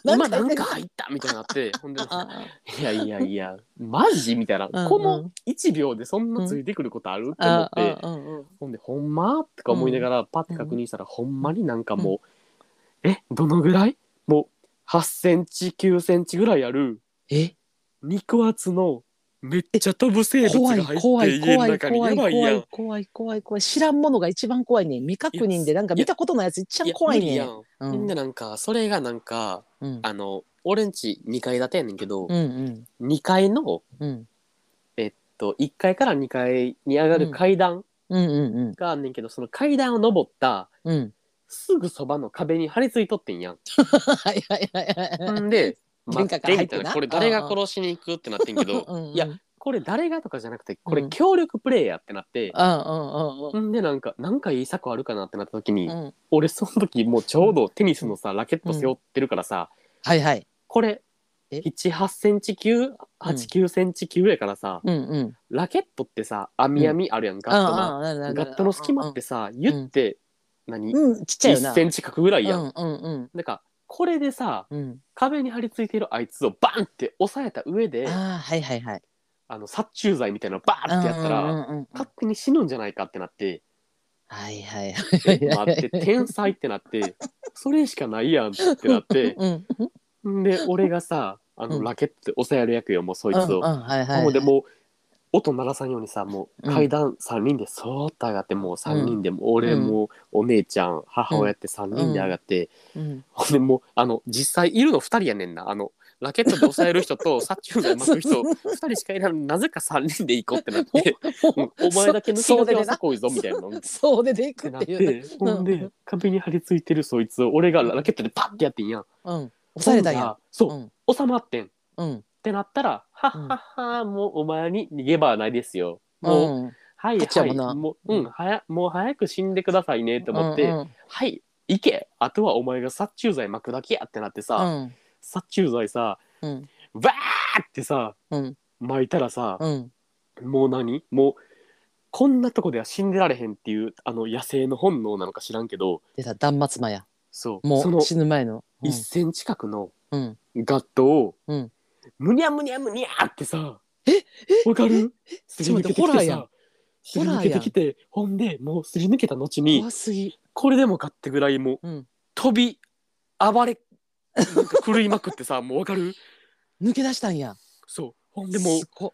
[SPEAKER 2] 今なんか入ったみたいになって、ほんで、
[SPEAKER 1] ああ
[SPEAKER 2] いやいやいや、マジみたいな。
[SPEAKER 1] うん
[SPEAKER 2] この1秒でそんなついてくることあるって思って、
[SPEAKER 1] ああうんうん
[SPEAKER 2] ほんで、ほんまとか思いながら、パッて確認したら、ほんまになんかもう、え、どのぐらいもう、8センチ、9センチぐらいある、
[SPEAKER 1] え
[SPEAKER 2] 肉厚の、めっちゃ飛ぶ生物
[SPEAKER 1] 怖い
[SPEAKER 2] が入
[SPEAKER 1] 怖
[SPEAKER 2] っ
[SPEAKER 1] い
[SPEAKER 2] て、家の
[SPEAKER 1] 怖い
[SPEAKER 2] 中に。
[SPEAKER 1] 怖
[SPEAKER 2] や
[SPEAKER 1] い
[SPEAKER 2] ばいや
[SPEAKER 1] 怖
[SPEAKER 2] ん。
[SPEAKER 1] い怖い怖い怖い知らんものが一番怖いね未確認でなんか見たことないやつ一番
[SPEAKER 2] や
[SPEAKER 1] 怖い
[SPEAKER 2] 無理
[SPEAKER 1] ね
[SPEAKER 2] や
[SPEAKER 1] ん
[SPEAKER 2] ん
[SPEAKER 1] う
[SPEAKER 2] みん
[SPEAKER 1] ん
[SPEAKER 2] ななんか、それがなんか、
[SPEAKER 1] うん
[SPEAKER 2] あの、俺んち2階建てやねんけど、
[SPEAKER 1] うんうん
[SPEAKER 2] 2階の、
[SPEAKER 1] うん
[SPEAKER 2] えっと、1階から2階に上がる階段
[SPEAKER 1] うんうん
[SPEAKER 2] があんねんけど、その階段を登った、
[SPEAKER 1] うんうん
[SPEAKER 2] すぐそばの壁に張り付いとってんやん。
[SPEAKER 1] はいはいはいはい
[SPEAKER 2] ん で、
[SPEAKER 1] 玄関から入ってな
[SPEAKER 2] 待これ誰が殺しに行くってなってんけど、
[SPEAKER 1] うんうん
[SPEAKER 2] いや、 これ誰がとかじゃなくて、こ
[SPEAKER 1] う
[SPEAKER 2] れ
[SPEAKER 1] ん
[SPEAKER 2] 協力プレイヤーってなって、
[SPEAKER 1] うん
[SPEAKER 2] んで、なんか、なんかいい策あるかなってなった時
[SPEAKER 1] う
[SPEAKER 2] に、
[SPEAKER 1] んうんうん
[SPEAKER 2] 俺その時もうちょうどテニスのさ、ラケット背負ってるからさ、
[SPEAKER 1] はいはい
[SPEAKER 2] これ、
[SPEAKER 1] え
[SPEAKER 2] 7、8センチ級、8、9センチ級やからさ、
[SPEAKER 1] うんうん
[SPEAKER 2] ラケットってさ、網網あるやん、ガットな。ガットの隙間ってさ、言って、何
[SPEAKER 1] うんちっちゃいよな
[SPEAKER 2] ?1 センチ角ぐらいやん。
[SPEAKER 1] うんうんうん
[SPEAKER 2] なんか、これでさ、
[SPEAKER 1] うん
[SPEAKER 2] 壁に張り付いているあいつをバンって押さえた上であ
[SPEAKER 1] ああはいはいはい
[SPEAKER 2] の殺虫剤みたいなのバーンってやったら、
[SPEAKER 1] うんうんうんうん
[SPEAKER 2] 勝手に死ぬんじゃないかってなって
[SPEAKER 1] はい はいはいはい
[SPEAKER 2] 待って天才ってなってそれしかないやんってなって
[SPEAKER 1] うん
[SPEAKER 2] んで俺がさあ
[SPEAKER 1] う
[SPEAKER 2] の
[SPEAKER 1] ん
[SPEAKER 2] ラケットで押さえる役よもうそいつ
[SPEAKER 1] うんう
[SPEAKER 2] を。
[SPEAKER 1] んはいはい
[SPEAKER 2] なのでもう音鳴らさんようにさもう
[SPEAKER 1] うん
[SPEAKER 2] 階段3人でそーっと上がってもう3人でもう俺
[SPEAKER 1] うん
[SPEAKER 2] もお姉ちゃん母親って3人で上がって
[SPEAKER 1] うん
[SPEAKER 2] ほんでもうあの実際いるの2人やねんなあのラケットで抑える人と殺虫剤巻く人2人しかいないのになぜか3人で行こうってなって「うんお前だけ抜き
[SPEAKER 1] そうで
[SPEAKER 2] 出せ
[SPEAKER 1] ね
[SPEAKER 2] はさこいぞ」みたいなのっ
[SPEAKER 1] そうででいく
[SPEAKER 2] て
[SPEAKER 1] っ
[SPEAKER 2] なって
[SPEAKER 1] いう
[SPEAKER 2] てほんで壁に張り付いてるそいつを俺がラケットでパッてやってんやん
[SPEAKER 1] うん抑えたん
[SPEAKER 2] ほ
[SPEAKER 1] や
[SPEAKER 2] なそううん収まってんっ
[SPEAKER 1] うん
[SPEAKER 2] てなったら「はっ
[SPEAKER 1] うん
[SPEAKER 2] はっはもうお前に逃げ場はないですよ」もう、
[SPEAKER 1] うん
[SPEAKER 2] はい
[SPEAKER 1] こっちや
[SPEAKER 2] は
[SPEAKER 1] も
[SPEAKER 2] い
[SPEAKER 1] んな
[SPEAKER 2] もう,、うん、はやもう早く死んでくださいねって思って「
[SPEAKER 1] うん
[SPEAKER 2] はい行けあとはお前が殺虫剤巻くだけや」ってなってさ、
[SPEAKER 1] うん
[SPEAKER 2] 殺虫剤さ
[SPEAKER 1] うん
[SPEAKER 2] わーってさ
[SPEAKER 1] うん
[SPEAKER 2] 巻いたらさ、
[SPEAKER 1] うん
[SPEAKER 2] もう何もうこんなとこでは死んでられへんっていうあの野生の本能なのか知らんけど
[SPEAKER 1] でさ断末魔や
[SPEAKER 2] そう
[SPEAKER 1] も
[SPEAKER 2] その
[SPEAKER 1] う死ぬ前のうん
[SPEAKER 2] 1センチ角の
[SPEAKER 1] うん
[SPEAKER 2] ガットを、
[SPEAKER 1] うん
[SPEAKER 2] むにゃむにゃむにゃってさ
[SPEAKER 1] え
[SPEAKER 2] わかるす
[SPEAKER 1] ち
[SPEAKER 2] り
[SPEAKER 1] ょっ
[SPEAKER 2] 抜
[SPEAKER 1] と待ってて
[SPEAKER 2] けき
[SPEAKER 1] ホラー
[SPEAKER 2] て
[SPEAKER 1] やん
[SPEAKER 2] さすり
[SPEAKER 1] ホ
[SPEAKER 2] 抜
[SPEAKER 1] ラー
[SPEAKER 2] け
[SPEAKER 1] や
[SPEAKER 2] て
[SPEAKER 1] ん
[SPEAKER 2] きてほんでもうすり抜けた後に
[SPEAKER 1] 怖すぎ
[SPEAKER 2] これでもかってぐらいもう
[SPEAKER 1] うん
[SPEAKER 2] 飛び暴れなんか狂いまくってさ もうわかる
[SPEAKER 1] 抜け出したんや
[SPEAKER 2] そうほんでもう
[SPEAKER 1] すご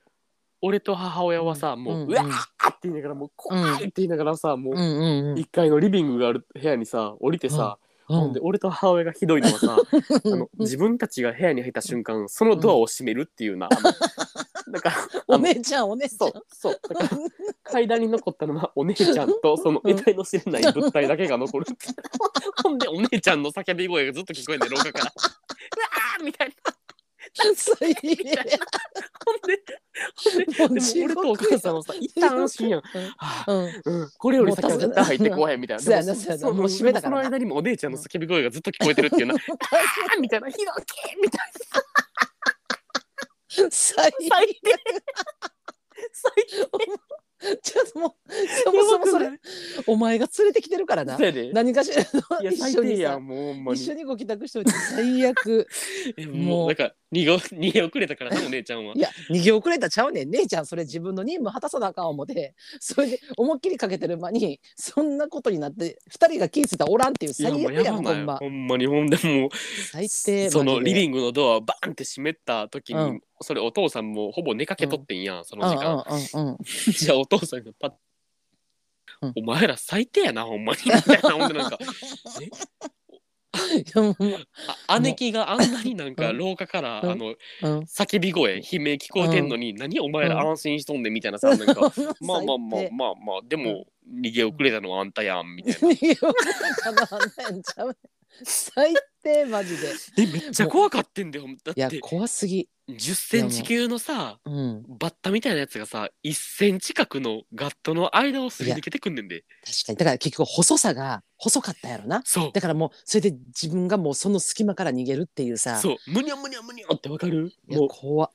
[SPEAKER 2] 俺と母親はさもう、う
[SPEAKER 1] うん
[SPEAKER 2] わーって言いながらもう怖いって言いながらさ、も
[SPEAKER 1] う
[SPEAKER 2] うん
[SPEAKER 1] うんうん
[SPEAKER 2] 1階のリビングがある部屋にさ降りてさ、
[SPEAKER 1] う
[SPEAKER 2] ほんで俺と母親がひどいの はさあの自分たちが部屋に入った瞬間そのドアを閉めるっていうな、 あのだから
[SPEAKER 1] お
[SPEAKER 2] あの
[SPEAKER 1] 姉ちゃんお姉ちゃ
[SPEAKER 2] そ
[SPEAKER 1] ん
[SPEAKER 2] うそうだから階段に残ったのはお姉ちゃんとその
[SPEAKER 1] うん
[SPEAKER 2] 得体の知れない物体だけが残るって ほんでお姉ちゃんの叫び声がずっと聞こえんね廊下から「うわー!」み たいな
[SPEAKER 1] 最悪
[SPEAKER 2] ほんでほ
[SPEAKER 1] もう
[SPEAKER 2] んででも俺とお母さんはさ一旦安心やん。はあ
[SPEAKER 1] うん
[SPEAKER 2] うん、これより先は絶対入ってこへんみたいな。
[SPEAKER 1] そうやな
[SPEAKER 2] でも
[SPEAKER 1] そうやな
[SPEAKER 2] そ
[SPEAKER 1] もう閉めたからな
[SPEAKER 2] その間にもお姉ちゃんの叫び声がずっと聞こえてるっていうな。あーみたいな、ひどいみたい
[SPEAKER 1] 最
[SPEAKER 2] な。最低。 最
[SPEAKER 1] ちょっともうそ
[SPEAKER 2] 低。
[SPEAKER 1] もそもそれお前が連れてきてるからな
[SPEAKER 2] そうやで。
[SPEAKER 1] 何かしら
[SPEAKER 2] い
[SPEAKER 1] の
[SPEAKER 2] や、
[SPEAKER 1] 一
[SPEAKER 2] 最
[SPEAKER 1] 緒
[SPEAKER 2] 低
[SPEAKER 1] に
[SPEAKER 2] や
[SPEAKER 1] さ
[SPEAKER 2] ん、もうほんまに。
[SPEAKER 1] 一緒にご帰宅しておいて最 悪
[SPEAKER 2] え
[SPEAKER 1] もう
[SPEAKER 2] もう、なんか、逃げ逃げ遅れたからな、お姉ちゃんは。
[SPEAKER 1] いや逃げ遅れたちゃうねん姉ちゃんそれ自分の任務果たさなあかん思てそれで思いっきりかけてる間にそんなことになって二人が気ぃついたらおらんっていう最悪やん
[SPEAKER 2] もう
[SPEAKER 1] ほ
[SPEAKER 2] ない
[SPEAKER 1] んま
[SPEAKER 2] ほんまに、ほんでもう、
[SPEAKER 1] 最低
[SPEAKER 2] そのリ
[SPEAKER 1] ン
[SPEAKER 2] ビングのドアをバンって閉めた時に、
[SPEAKER 1] うん
[SPEAKER 2] それお父さんもほぼ寝かけとってんやん、そ
[SPEAKER 1] うんう
[SPEAKER 2] の時間。
[SPEAKER 1] んうんうん
[SPEAKER 2] じゃあお父さんがパッ、
[SPEAKER 1] うん
[SPEAKER 2] お前ら最低やなほんまに」みたいなほんでなんか
[SPEAKER 1] いやもう
[SPEAKER 2] あ姉貴があんなになんか
[SPEAKER 1] うん
[SPEAKER 2] 廊下から、
[SPEAKER 1] うん
[SPEAKER 2] あの
[SPEAKER 1] うん
[SPEAKER 2] 叫び声悲鳴聞こえてんのに、何お前ら安心しとんねんみたいな さ、なんかまあまあま
[SPEAKER 1] 最
[SPEAKER 2] あ
[SPEAKER 1] 低
[SPEAKER 2] まあまあでも 逃げ遅れたのはあんたやんみたいな。
[SPEAKER 1] 逃げ遅れたのはなんちゃう最てマジで
[SPEAKER 2] えめっちゃ怖かってんだよだっ
[SPEAKER 1] いや
[SPEAKER 2] て
[SPEAKER 1] 怖すぎ
[SPEAKER 2] 10センチ級のさ
[SPEAKER 1] うん
[SPEAKER 2] バッタみたいなやつがさ1センチ角のガットの間をすり抜けてくんねんで
[SPEAKER 1] 確かにだから結局細さが細かったやろな
[SPEAKER 2] そう
[SPEAKER 1] だからもうそれで自分がもうその隙間から逃げるっていうさ
[SPEAKER 2] そうむにゃむにゃむにゃってわかる
[SPEAKER 1] いや
[SPEAKER 2] もう
[SPEAKER 1] 怖っ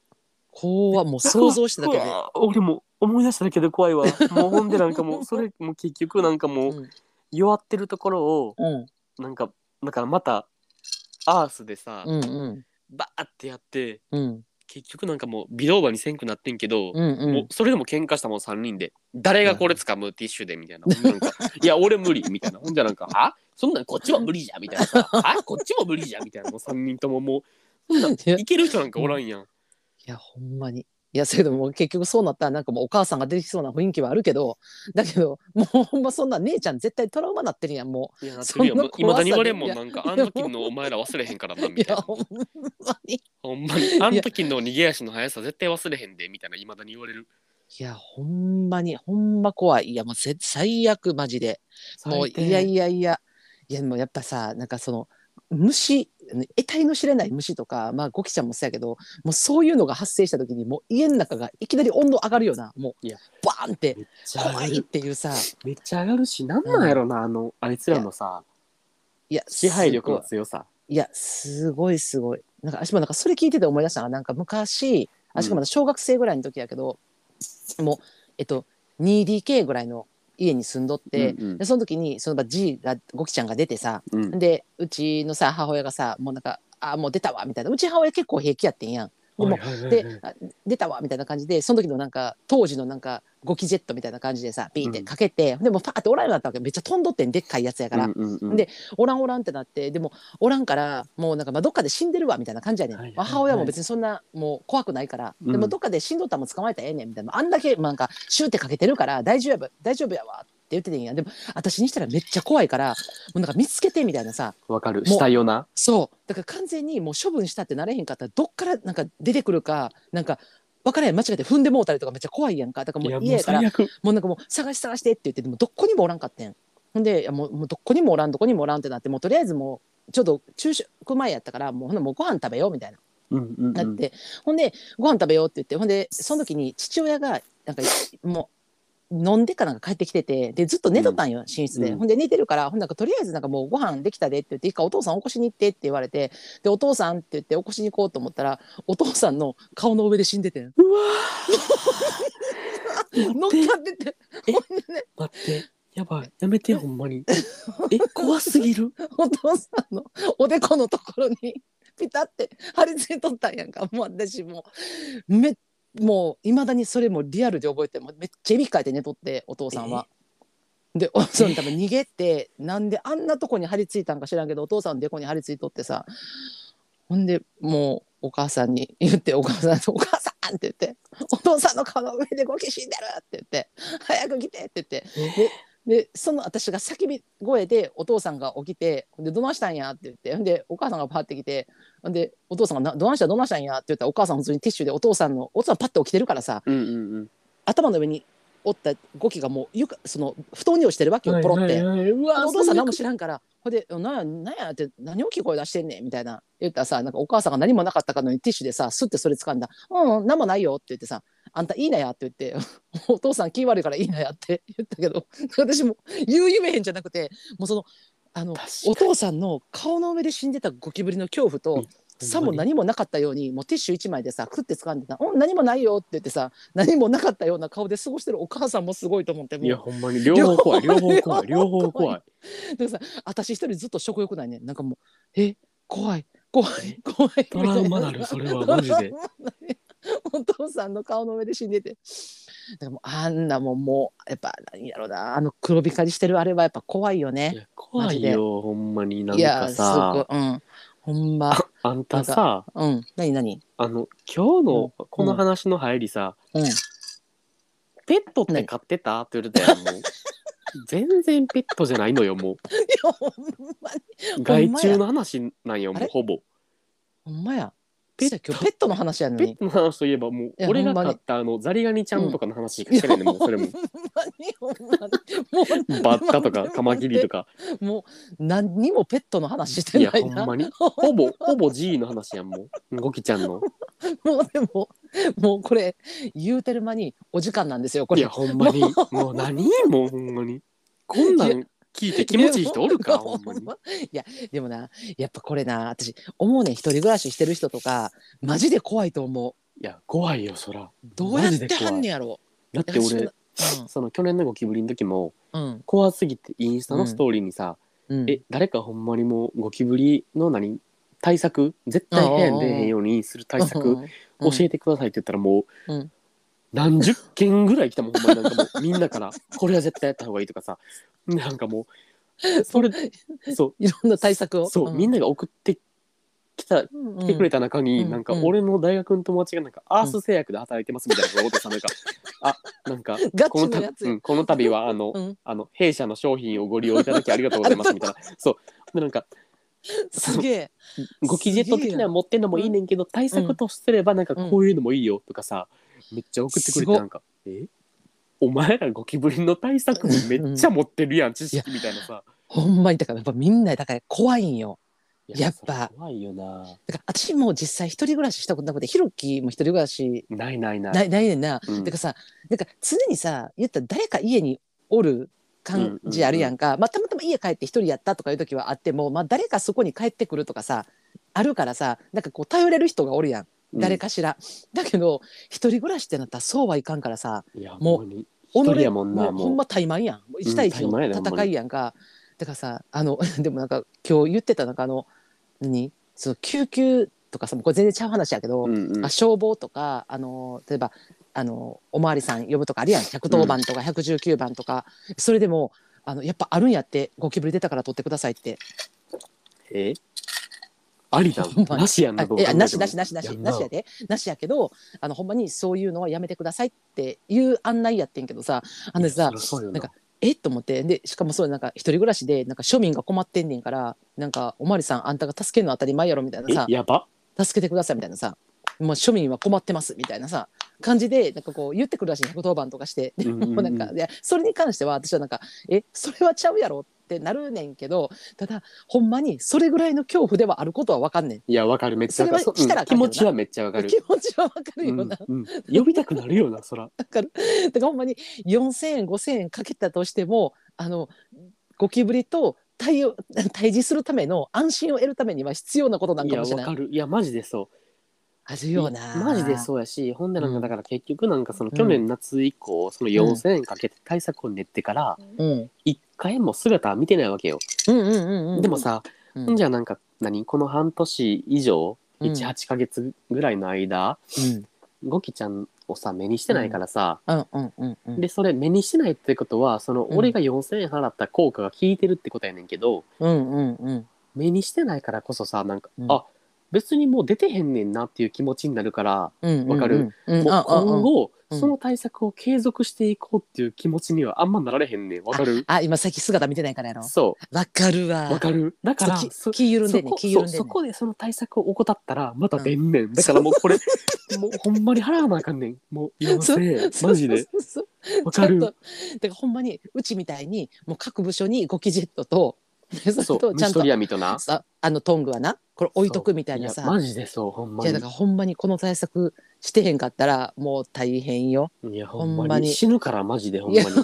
[SPEAKER 1] 怖っもう想像しただけで
[SPEAKER 2] う わ俺も思い出しただけで怖いわもうほんでなんかもうそれもう結局なんかも う
[SPEAKER 1] うん
[SPEAKER 2] 弱ってるところを
[SPEAKER 1] うん
[SPEAKER 2] なんかだからまたアースでさ、
[SPEAKER 1] うんうん
[SPEAKER 2] バーってやって
[SPEAKER 1] うん
[SPEAKER 2] 結局なんかもう微動馬にせんくなってんけど、
[SPEAKER 1] うんう
[SPEAKER 2] も
[SPEAKER 1] ん
[SPEAKER 2] うそれでも喧嘩したもん3人で誰がこれ掴むティッシュで みたいなほんでなんかいや俺無理みたいなほんじゃなんかあそんなんこっちも無理じゃみたいなさあこっちも無理じゃみたいなもう3人とももうそんなん
[SPEAKER 1] いや
[SPEAKER 2] いける人なんかおらんやん
[SPEAKER 1] いやほんまにいやそれでも結局そうなったらなんかもうお母さんが出てきそうな雰囲気はあるけどだけどもうほんまそんな姉ちゃん絶対トラウマなってるやんも
[SPEAKER 2] いやなってるやん
[SPEAKER 1] そんな
[SPEAKER 2] もういま
[SPEAKER 1] 怖
[SPEAKER 2] だ
[SPEAKER 1] さ
[SPEAKER 2] に
[SPEAKER 1] で
[SPEAKER 2] 言われんも
[SPEAKER 1] い
[SPEAKER 2] ん
[SPEAKER 1] や
[SPEAKER 2] なんかあの時のお前ら忘れへんからな
[SPEAKER 1] うい
[SPEAKER 2] みた
[SPEAKER 1] や
[SPEAKER 2] いな
[SPEAKER 1] ほんまに
[SPEAKER 2] ほんまにあの時の逃げ足の速さ絶対忘れへんでみたいないまだに言われる
[SPEAKER 1] いやほんまにほんま怖いいやもうぜ最悪マジでもうい
[SPEAKER 2] 最低
[SPEAKER 1] やいやいやいやでもやっぱさなんかその虫得体の知れない虫とかまあゴキちゃんもそうやけどもうそういうのが発生した時にもう家の中がいきなり温度上がるよなもう
[SPEAKER 2] いや
[SPEAKER 1] バーンって
[SPEAKER 2] めっちゃ上
[SPEAKER 1] 怖
[SPEAKER 2] が
[SPEAKER 1] いっ
[SPEAKER 2] る
[SPEAKER 1] ていうさ
[SPEAKER 2] めっちゃ上がるしなんなんやろなあのあいつらのさ
[SPEAKER 1] いや
[SPEAKER 2] 支配力の
[SPEAKER 1] す
[SPEAKER 2] 強さ
[SPEAKER 1] ごいいやすごいすごいなんか私もなんかそれ聞いてて思い出したのがなんか昔私がまだ小学生ぐらいの時やけど、もうえっと 2DK ぐらいの家に住んどって、
[SPEAKER 2] うん
[SPEAKER 1] でその時にそのまあ G がゴキちゃんが出てさ、
[SPEAKER 2] うんうん
[SPEAKER 1] でうちのさ母親がさもうなんか「あーもう出たわ」みたいなうち母親結構平気やってんやん。でも、
[SPEAKER 2] はいはいはいはい
[SPEAKER 1] であ出たわみたいな感じでその時のなんか当時のなんかゴキジェットみたいな感じでさピーってかけて、でもパーっておらんようになったわけめっちゃ飛んどってんでっかいやつやから、
[SPEAKER 2] うんうんうん
[SPEAKER 1] でおらんおらんってなってでもおらんからもうなんかまあどっかで死んでるわみたいな感じやねん、
[SPEAKER 2] はいはいはい
[SPEAKER 1] 母親も別にそんなもう怖くないから、
[SPEAKER 2] うん
[SPEAKER 1] でもどっかで死んどったらもう捕まえたらええねんみたいなあんだけまあなんかシューってかけてるから大丈夫大丈夫やわって言っててんやでも私にしたらめっちゃ怖いからもうなんか見つけてみたいなさ
[SPEAKER 2] わかる
[SPEAKER 1] もう
[SPEAKER 2] したよな
[SPEAKER 1] そうだから完全にもう処分したってなれへんかったらどっからなんか出てくるかなんか分からへん間違えて踏んでもうたりとかめっちゃ怖いやんかだからもう家やから
[SPEAKER 2] 悪
[SPEAKER 1] もうなんかもう探し探してって言ってでもどっこにもおらんかってんほんでいやもうもうどっこにもおらんどこにもおらんってなってもうとりあえずもうちょっと昼食前やったからもうほんなもうご飯食べようみたいな
[SPEAKER 2] うんうん
[SPEAKER 1] なって、ほんでご飯食べようって言ってほんでその時に父親がなんかもう飲んでからなんか帰ってきててでずっと寝とったんよ、寝室で、
[SPEAKER 2] うん
[SPEAKER 1] ほんで寝てるからほんなんかとりあえずなんかもうご飯できたでって言って一回お父さん起こしに行ってって言われてでお父さんって言って起こしに行こうと思ったらお父さんの顔の上で死んでてん
[SPEAKER 2] うわ
[SPEAKER 1] 乗っかってて
[SPEAKER 2] え
[SPEAKER 1] ほんでね
[SPEAKER 2] 待ってやばいやめ てほんまにえ怖すぎる
[SPEAKER 1] お父さんのおでこのところに ピタって貼り付いとったんやんかもう私もうめもういまだにそれもリアルで覚えてもうめっちゃいびきかいて寝とってお父さんは。でお父さん多分逃げて なんであんなとこに張り付いたんか知らんけどお父さんのでこに張り付いとってさほんでもうお母さんに 言ってお母さんと「お母さん!」って言って「お父さんの顔の上でゴキ死んでる!」って言って「早く来て!」って言ってでその私が叫び声でお父さんが起きて「でどないしたんや?」って言ってほんでお母さんがパッて来てほんでお父さんがな「どないしたどないしたんや?」って言ったらお母さん普通にティッシュでお父さんのお父さんパッて起きてるからさ
[SPEAKER 2] うんうんうん
[SPEAKER 1] 頭の上におったゴキがもう床その布団に落ちてるわけよポロって。
[SPEAKER 2] う
[SPEAKER 1] で
[SPEAKER 2] わ
[SPEAKER 1] お父さん何も
[SPEAKER 2] し
[SPEAKER 1] 知らんからほんで「なんやなんや」って何大きい声出してんねんみたいな言ったらさなんかお母さんが何もなかったかのようにティッシュでさスッてそれ掴んだ「うんうん何もないよ」って言ってさ「あんたいいなや」って言って 「お父さん気悪いからいいなや」って言ったけど私も言う夢へんじゃなくてもうそのあの
[SPEAKER 2] 確かに
[SPEAKER 1] お父さんの顔の上で死んでたゴキブリの恐怖と、
[SPEAKER 2] うん
[SPEAKER 1] さも何もなかったようにもうティッシュ一枚でさくって掴んでた「うん何もないよ」って言ってさ何もなかったような顔で過ごしてるお母さんもすごいと思ってもう
[SPEAKER 2] いやほんまに両方怖い両方怖い両
[SPEAKER 1] 両
[SPEAKER 2] 方
[SPEAKER 1] 方
[SPEAKER 2] 怖
[SPEAKER 1] 怖
[SPEAKER 2] い
[SPEAKER 1] でさ私一人ずっと食欲ないねんなんかもうえ怖い怖い怖い
[SPEAKER 2] トラウマな
[SPEAKER 1] み
[SPEAKER 2] る
[SPEAKER 1] た
[SPEAKER 2] そ
[SPEAKER 1] い
[SPEAKER 2] れはマジ で
[SPEAKER 1] お父さんの顔の上で死んでてだからもうあんなもんもうやっぱなんやろなあの黒光りしてるあれはやっぱ怖いよ
[SPEAKER 2] い
[SPEAKER 1] ね
[SPEAKER 2] や怖いよほんまになん
[SPEAKER 1] いや
[SPEAKER 2] か
[SPEAKER 1] す
[SPEAKER 2] さ
[SPEAKER 1] ごくうんほんま
[SPEAKER 2] ああんたさ
[SPEAKER 1] うん何何
[SPEAKER 2] あの今日のこの話の入りさ
[SPEAKER 1] うん
[SPEAKER 2] ペットって飼ってたって言われたやんもう 全然ペットじゃないのよもう
[SPEAKER 1] い やほんまに
[SPEAKER 2] 害虫の話なんよ
[SPEAKER 1] あ
[SPEAKER 2] もう
[SPEAKER 1] れ
[SPEAKER 2] ほぼ
[SPEAKER 1] ほんまやペットペットの話やの
[SPEAKER 2] ペッ
[SPEAKER 1] に。
[SPEAKER 2] トの話といえばもう
[SPEAKER 1] や
[SPEAKER 2] 俺
[SPEAKER 1] ほ
[SPEAKER 2] が
[SPEAKER 1] んまに
[SPEAKER 2] 買ったあのザリガニちゃんとかの話しかしてないねもうそれも
[SPEAKER 1] ほんまにほんまにもう
[SPEAKER 2] バッタ とかカマキリとか
[SPEAKER 1] もう何にもペットの話して
[SPEAKER 2] いや
[SPEAKER 1] ない
[SPEAKER 2] ほ
[SPEAKER 1] な。
[SPEAKER 2] んまにほぼほぼ G の話やんもうゴキちゃん
[SPEAKER 1] も
[SPEAKER 2] の
[SPEAKER 1] うでももうこれ言うてる間にお時間なんですよこ
[SPEAKER 2] い
[SPEAKER 1] れ
[SPEAKER 2] や。ほんまに もう何もうほんまにこんなん聞いて気持ちいい人お るかほんまに
[SPEAKER 1] いやでもなやっぱこれな私思うねん一人暮らししてる人とかマジで怖いと思う。
[SPEAKER 2] いや怖いよそら
[SPEAKER 1] どうやってはんねやろ
[SPEAKER 2] だって俺
[SPEAKER 1] う
[SPEAKER 2] その去年のゴキブリの時も
[SPEAKER 1] んうん
[SPEAKER 2] 怖すぎてインスタのストーリーにさ、
[SPEAKER 1] うん
[SPEAKER 2] え誰かほんまにもうゴキブリの何対策絶対部屋に出えへんようにする対策教えてくださいって言ったらもう、
[SPEAKER 1] うん
[SPEAKER 2] 何十件ぐらい来たもんほんまになんかもうみんなから これは絶対やった方がいいとかさなんかも うそれそ
[SPEAKER 1] いろんな対策を
[SPEAKER 2] うそう、みん
[SPEAKER 1] な
[SPEAKER 2] なが送ってきた来てくれ
[SPEAKER 1] た
[SPEAKER 2] た中に、
[SPEAKER 1] うん
[SPEAKER 2] なんか
[SPEAKER 1] うん
[SPEAKER 2] 俺の大学の友達がなんか、アース製薬で働いてますみたいなことを さなんかあなんか
[SPEAKER 1] ガ
[SPEAKER 2] この
[SPEAKER 1] チ
[SPEAKER 2] た
[SPEAKER 1] のやつ
[SPEAKER 2] う
[SPEAKER 1] よ
[SPEAKER 2] ん、この度はあの、
[SPEAKER 1] うん
[SPEAKER 2] あの弊社の商品をご利用いただきありがとうございます みたいなそうでなんか
[SPEAKER 1] すげえ
[SPEAKER 2] ゴキジェット的なの持ってんのもいいねんけど対策とすればなんかこういうのもいいよとかさ、めっちゃ送ってくれ
[SPEAKER 1] すご
[SPEAKER 2] てなんか「えお前らゴキブリの対策めっちゃ持ってるやん知識」みたいなさ。
[SPEAKER 1] ほんまにだからやっぱみんなだから怖いんよ。
[SPEAKER 2] い
[SPEAKER 1] やっぱ
[SPEAKER 2] それ怖いよな
[SPEAKER 1] だから私も実際一人暮らししたことなくてひろきも一人暮らし
[SPEAKER 2] ないないない
[SPEAKER 1] ないないねんな。
[SPEAKER 2] う
[SPEAKER 1] だ
[SPEAKER 2] ん
[SPEAKER 1] からさなんか常にさ言ったら誰か家におる感じあるやんか、まあ、たまたま家帰って一人やったとかいう時はあっても、まあ、誰かそこに帰ってくるとかさあるからさなんかこう頼れる人がおるやん誰、かしら、だけど一人暮らしってなったらそうはいかんからさ
[SPEAKER 2] うんいや
[SPEAKER 1] もう
[SPEAKER 2] ほん
[SPEAKER 1] 己
[SPEAKER 2] まに一人やもんな
[SPEAKER 1] もう
[SPEAKER 2] もう
[SPEAKER 1] ほんま怠慢やんもう
[SPEAKER 2] うん
[SPEAKER 1] 1対1
[SPEAKER 2] 怠慢やで
[SPEAKER 1] の
[SPEAKER 2] ほんまに
[SPEAKER 1] 戦いやんか、だからさあの でもなんか今日言ってたなんかあの何その救急とかさもうこれ全然ちゃう話やけど、
[SPEAKER 2] うんうん
[SPEAKER 1] あ消防とかあの例えばあのおまわりさん呼ぶとかあるやん110番とか119番とか、それでもあのやっぱあるんやってゴキブリ出たから取ってくださいって
[SPEAKER 2] えありだ
[SPEAKER 1] ほんまに
[SPEAKER 2] なしやん
[SPEAKER 1] あ
[SPEAKER 2] などう
[SPEAKER 1] い
[SPEAKER 2] 考え
[SPEAKER 1] や
[SPEAKER 2] ても
[SPEAKER 1] なしなしなしなし
[SPEAKER 2] やん
[SPEAKER 1] なしやでなしやけどあのほんまにそういうのはやめてくださいっていう案内やってんけどさあのさ
[SPEAKER 2] いやそりゃそうよ
[SPEAKER 1] な
[SPEAKER 2] なん
[SPEAKER 1] かえっと思ってでしかもそうなんか一人暮らしでなんか庶民が困ってんねんからなんかおまわりさんあんたが助けるの当たり前やろみたいなさ
[SPEAKER 2] えやば
[SPEAKER 1] 助けてくださいみたいなさもう庶民は困ってますみたいなさ感じでなんかこう言ってくるらしい110番とかしてで
[SPEAKER 2] うんうんうん
[SPEAKER 1] もうなんかいやそれに関しては私はなんかえそれはちゃうやろってなるねんけどただほんまにそれぐらいの恐怖ではあることは分かんねん
[SPEAKER 2] いやわかるめっちゃわかる
[SPEAKER 1] それはしたらあ
[SPEAKER 2] うん
[SPEAKER 1] か
[SPEAKER 2] 気
[SPEAKER 1] んけどな
[SPEAKER 2] 持ちはめっちゃわかる
[SPEAKER 1] 気持ちは分かるよな、だか
[SPEAKER 2] うんうん、呼びたくなるよなそら
[SPEAKER 1] らほんまに4,000円5,000円かけたとしてもあのゴキブリと対応 対峙するための安心を得るためには必要なことなん
[SPEAKER 2] い
[SPEAKER 1] か
[SPEAKER 2] や
[SPEAKER 1] もしれ
[SPEAKER 2] わ
[SPEAKER 1] ない
[SPEAKER 2] かるいやマジでそう
[SPEAKER 1] あるよな
[SPEAKER 2] マジでそうやしほんでなんかだから結局なんかその
[SPEAKER 1] うん
[SPEAKER 2] 去年夏以降、その4,000円かけて対策を練ってから
[SPEAKER 1] う、ん、
[SPEAKER 2] 一回も姿は見てないわけよ、
[SPEAKER 1] うんうんうんうん
[SPEAKER 2] でもさ、
[SPEAKER 1] うん
[SPEAKER 2] ほんじゃなんか何この半年以上
[SPEAKER 1] うん
[SPEAKER 2] 18ヶ月ぐらいの間、
[SPEAKER 1] うん
[SPEAKER 2] ゴキちゃんをさ目にしてないからさ、
[SPEAKER 1] うんうんうんうん
[SPEAKER 2] でそれ目にしてないってことはその
[SPEAKER 1] うん
[SPEAKER 2] 俺が4,000円払った効果が効いてるってことやねんけど、
[SPEAKER 1] うんうんうん
[SPEAKER 2] 目にしてないからこそさなんか、
[SPEAKER 1] うん
[SPEAKER 2] あ別にもう出てへんねんなっていう気持ちになるから、
[SPEAKER 1] うん
[SPEAKER 2] わかる
[SPEAKER 1] うんうん
[SPEAKER 2] もう今後、
[SPEAKER 1] うん
[SPEAKER 2] その対策を継続していこうっていう気持ちにはあんまなられへんねんわかる
[SPEAKER 1] あ今さっき姿見てないからやろ
[SPEAKER 2] そ
[SPEAKER 1] わかるわ
[SPEAKER 2] うわかるだから
[SPEAKER 1] ちょっと
[SPEAKER 2] そ
[SPEAKER 1] 気気緩んでんね
[SPEAKER 2] そこ
[SPEAKER 1] 気緩ん
[SPEAKER 2] そ
[SPEAKER 1] で
[SPEAKER 2] そ
[SPEAKER 1] んね
[SPEAKER 2] こでその対策を怠ったらまた出んねん、だからもう これもうほんまに払わなあかんねんもうや
[SPEAKER 1] そう
[SPEAKER 2] せマジで
[SPEAKER 1] そうそう
[SPEAKER 2] わ
[SPEAKER 1] そう
[SPEAKER 2] か
[SPEAKER 1] ちゃんとだ
[SPEAKER 2] る
[SPEAKER 1] からほんまにうちみたいにもう各部署にゴキジェットと
[SPEAKER 2] そ
[SPEAKER 1] そうれとちゃん
[SPEAKER 2] 虫取
[SPEAKER 1] と
[SPEAKER 2] り網とな
[SPEAKER 1] さあのトングはなこれ置いとくみたいなさ
[SPEAKER 2] やマジでそうほんま
[SPEAKER 1] いや
[SPEAKER 2] に
[SPEAKER 1] だからほんまにこの対策してへんかったらもう大変よ
[SPEAKER 2] いやほんま
[SPEAKER 1] ほん
[SPEAKER 2] に
[SPEAKER 1] まに
[SPEAKER 2] 死ぬからマジでほんま
[SPEAKER 1] いや
[SPEAKER 2] に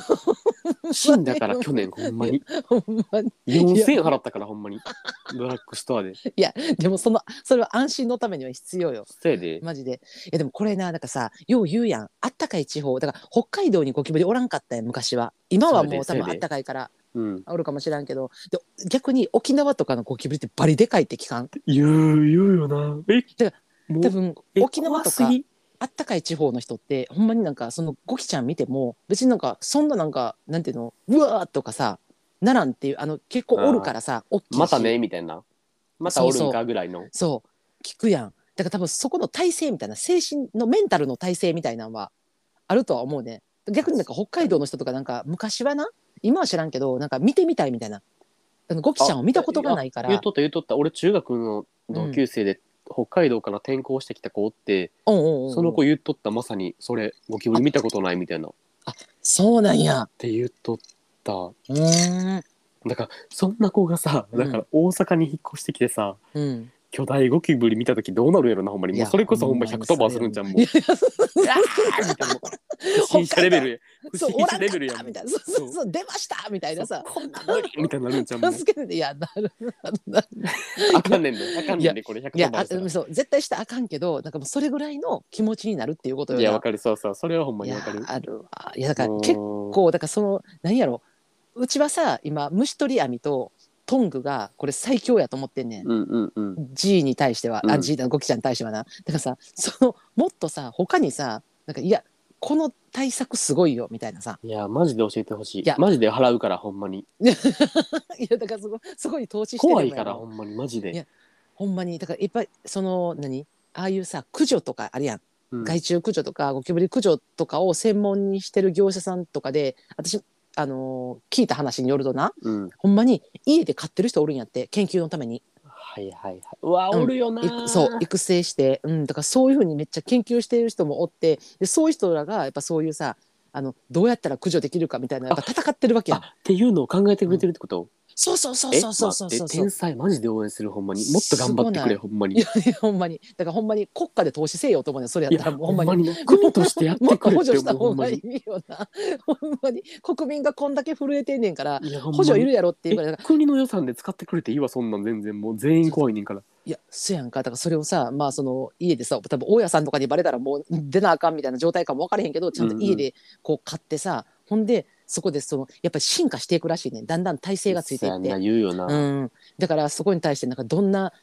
[SPEAKER 2] 死んだから去年ほんまに
[SPEAKER 1] ほんまに
[SPEAKER 2] 4000円払ったからほんまに ドラッグストアで
[SPEAKER 1] いやでもそのそれは安心のためには必要よ
[SPEAKER 2] せいで
[SPEAKER 1] マジで。いやでもこれな、なんかさ、よう言うやん。あったかい地方、だから北海道にゴキブリおらんかったやん、昔は。今はもう
[SPEAKER 2] そ
[SPEAKER 1] 多
[SPEAKER 2] うやで
[SPEAKER 1] 分あったかいから
[SPEAKER 2] うん
[SPEAKER 1] おるかもしらんけど、で逆に沖縄とかのゴキブリってバリでかいって聞かん。
[SPEAKER 2] 言う言うよなえ
[SPEAKER 1] だか
[SPEAKER 2] もう
[SPEAKER 1] 多分
[SPEAKER 2] え
[SPEAKER 1] 沖縄とか
[SPEAKER 2] 怖すぎ
[SPEAKER 1] あったかい地方の人って、ほんまになんかそのゴキちゃん見ても、別になんかそんななんか、なんていうの、うわーとかさ、ならんっていう、あの結構おるからさ、おっきいし
[SPEAKER 2] またねみたいなまたおるんかぐらいの
[SPEAKER 1] そう聞くやんだから多分そこの体制みたいな精神のメンタルの体制みたいなのはあるとは思うね逆になんか北海道の人とかなんか昔はな今は知らんけどなんか見てみたいみたいなあのゴキちゃんを見たことがないか
[SPEAKER 2] 言う
[SPEAKER 1] ら
[SPEAKER 2] とった言うとった俺中学の同級生で、北海道から転校してきた子おって
[SPEAKER 1] うんうんうん
[SPEAKER 2] その子言っとったまさにそれゴキブリ見たことないみたいなっ
[SPEAKER 1] そうなんや
[SPEAKER 2] て言っとった
[SPEAKER 1] うーん
[SPEAKER 2] だからそんな子がさ
[SPEAKER 1] うん
[SPEAKER 2] だから大阪に引っ越してきてさ、
[SPEAKER 1] うん
[SPEAKER 2] 巨大ゴキブリ見た時どうなるやろなほんまに
[SPEAKER 1] い
[SPEAKER 2] もう
[SPEAKER 1] や
[SPEAKER 2] それこそほんま
[SPEAKER 1] ほんまに
[SPEAKER 2] 110番するんじゃんもう
[SPEAKER 1] いやいやそう
[SPEAKER 2] あーみたいなもう不審者レベルや不
[SPEAKER 1] そう
[SPEAKER 2] 審
[SPEAKER 1] おら
[SPEAKER 2] 者
[SPEAKER 1] んか
[SPEAKER 2] レ
[SPEAKER 1] っ
[SPEAKER 2] ベルや
[SPEAKER 1] た
[SPEAKER 2] もん
[SPEAKER 1] みたいなそうそうそう出ましたみたいなさ
[SPEAKER 2] こんな無理みたいになるんじゃんもう
[SPEAKER 1] 助けていやなるなる
[SPEAKER 2] あかんねんねあかんねんねこれ
[SPEAKER 1] いや
[SPEAKER 2] 110
[SPEAKER 1] あ
[SPEAKER 2] 番したら
[SPEAKER 1] そう絶対したらあかんけどなんかもうそれぐらいの気持ちになるっていうことよ
[SPEAKER 2] いや
[SPEAKER 1] な
[SPEAKER 2] わかるそうそうそれはほんま
[SPEAKER 1] い
[SPEAKER 2] に
[SPEAKER 1] や
[SPEAKER 2] わかる
[SPEAKER 1] あるわいやだから結
[SPEAKER 2] 構
[SPEAKER 1] 構だからその何やろうちはさ今虫取り網とトングがこれ最強やと思ってんねん。
[SPEAKER 2] うんうんうん
[SPEAKER 1] G に対しては、
[SPEAKER 2] う
[SPEAKER 1] あ
[SPEAKER 2] ん
[SPEAKER 1] G だゴキちゃんに対してはなだからさそのもっとさ他にさなんかいやこの対策すごいよみたいなさ
[SPEAKER 2] いやマジで教えてほしい
[SPEAKER 1] いや
[SPEAKER 2] マジで払うからほんまに
[SPEAKER 1] いやだからそこそこに投資してる
[SPEAKER 2] 怖
[SPEAKER 1] の
[SPEAKER 2] い
[SPEAKER 1] よ
[SPEAKER 2] からほんまにマジ
[SPEAKER 1] い
[SPEAKER 2] で
[SPEAKER 1] やほんまにだからいっぱいその何ああいうさ駆除とかあるやん
[SPEAKER 2] うん
[SPEAKER 1] 害虫駆除とかゴキブリ駆除とかを専門にしてる業者さんとかで私あのー聞いた話によるとな
[SPEAKER 2] うん
[SPEAKER 1] ほんまに家で飼ってる人おるんやって研究のために
[SPEAKER 2] はいはいはいうわ
[SPEAKER 1] うん
[SPEAKER 2] おるよない
[SPEAKER 1] そう育成して、うん、だからそういうふうにめっちゃ研究している人もおってでそういう人らがやっぱそういうさあのどうやったら駆除できるかみたいなやっぱ戦ってるわけやん
[SPEAKER 2] あっていうのを考えてくれてるってこと
[SPEAKER 1] そうそうそう
[SPEAKER 2] え
[SPEAKER 1] そうそうそう
[SPEAKER 2] 待
[SPEAKER 1] そ
[SPEAKER 2] っ
[SPEAKER 1] う
[SPEAKER 2] て天才マジで応援するほんまにもっと頑張ってくれ
[SPEAKER 1] すごない
[SPEAKER 2] ほんま
[SPEAKER 1] い
[SPEAKER 2] に
[SPEAKER 1] やいやほんまにだからほんまに国家で投資せえよと思うねんそれや
[SPEAKER 2] い
[SPEAKER 1] ったら
[SPEAKER 2] や
[SPEAKER 1] もうほ
[SPEAKER 2] ほ
[SPEAKER 1] ん
[SPEAKER 2] ん
[SPEAKER 1] ま
[SPEAKER 2] ま
[SPEAKER 1] に
[SPEAKER 2] にな国としてやって
[SPEAKER 1] もっ
[SPEAKER 2] く
[SPEAKER 1] と
[SPEAKER 2] れ
[SPEAKER 1] 補
[SPEAKER 2] って
[SPEAKER 1] 助した
[SPEAKER 2] ほ
[SPEAKER 1] 方
[SPEAKER 2] んま
[SPEAKER 1] がい
[SPEAKER 2] に
[SPEAKER 1] いよなほんまに国民がこんだけ震えてんねんから
[SPEAKER 2] いやほんま
[SPEAKER 1] 補
[SPEAKER 2] に
[SPEAKER 1] 助いるやろっていうぐらいだ
[SPEAKER 2] え
[SPEAKER 1] から
[SPEAKER 2] 国の予算で使ってくれていいわそんなん全然もう全員怖いねんから
[SPEAKER 1] いやそやんかだからそれをさまあその家でさ多分大家さんとかにバレたらもう出なあかんみたいな状態かも分からへんけどちゃんと家でこう買ってさ、ほんでそこでそのやっぱり進化していくらしいねんだんだん体勢がついていっ
[SPEAKER 2] そやな
[SPEAKER 1] て、
[SPEAKER 2] 言うよな、
[SPEAKER 1] うん、だからそこに対してなんかどんな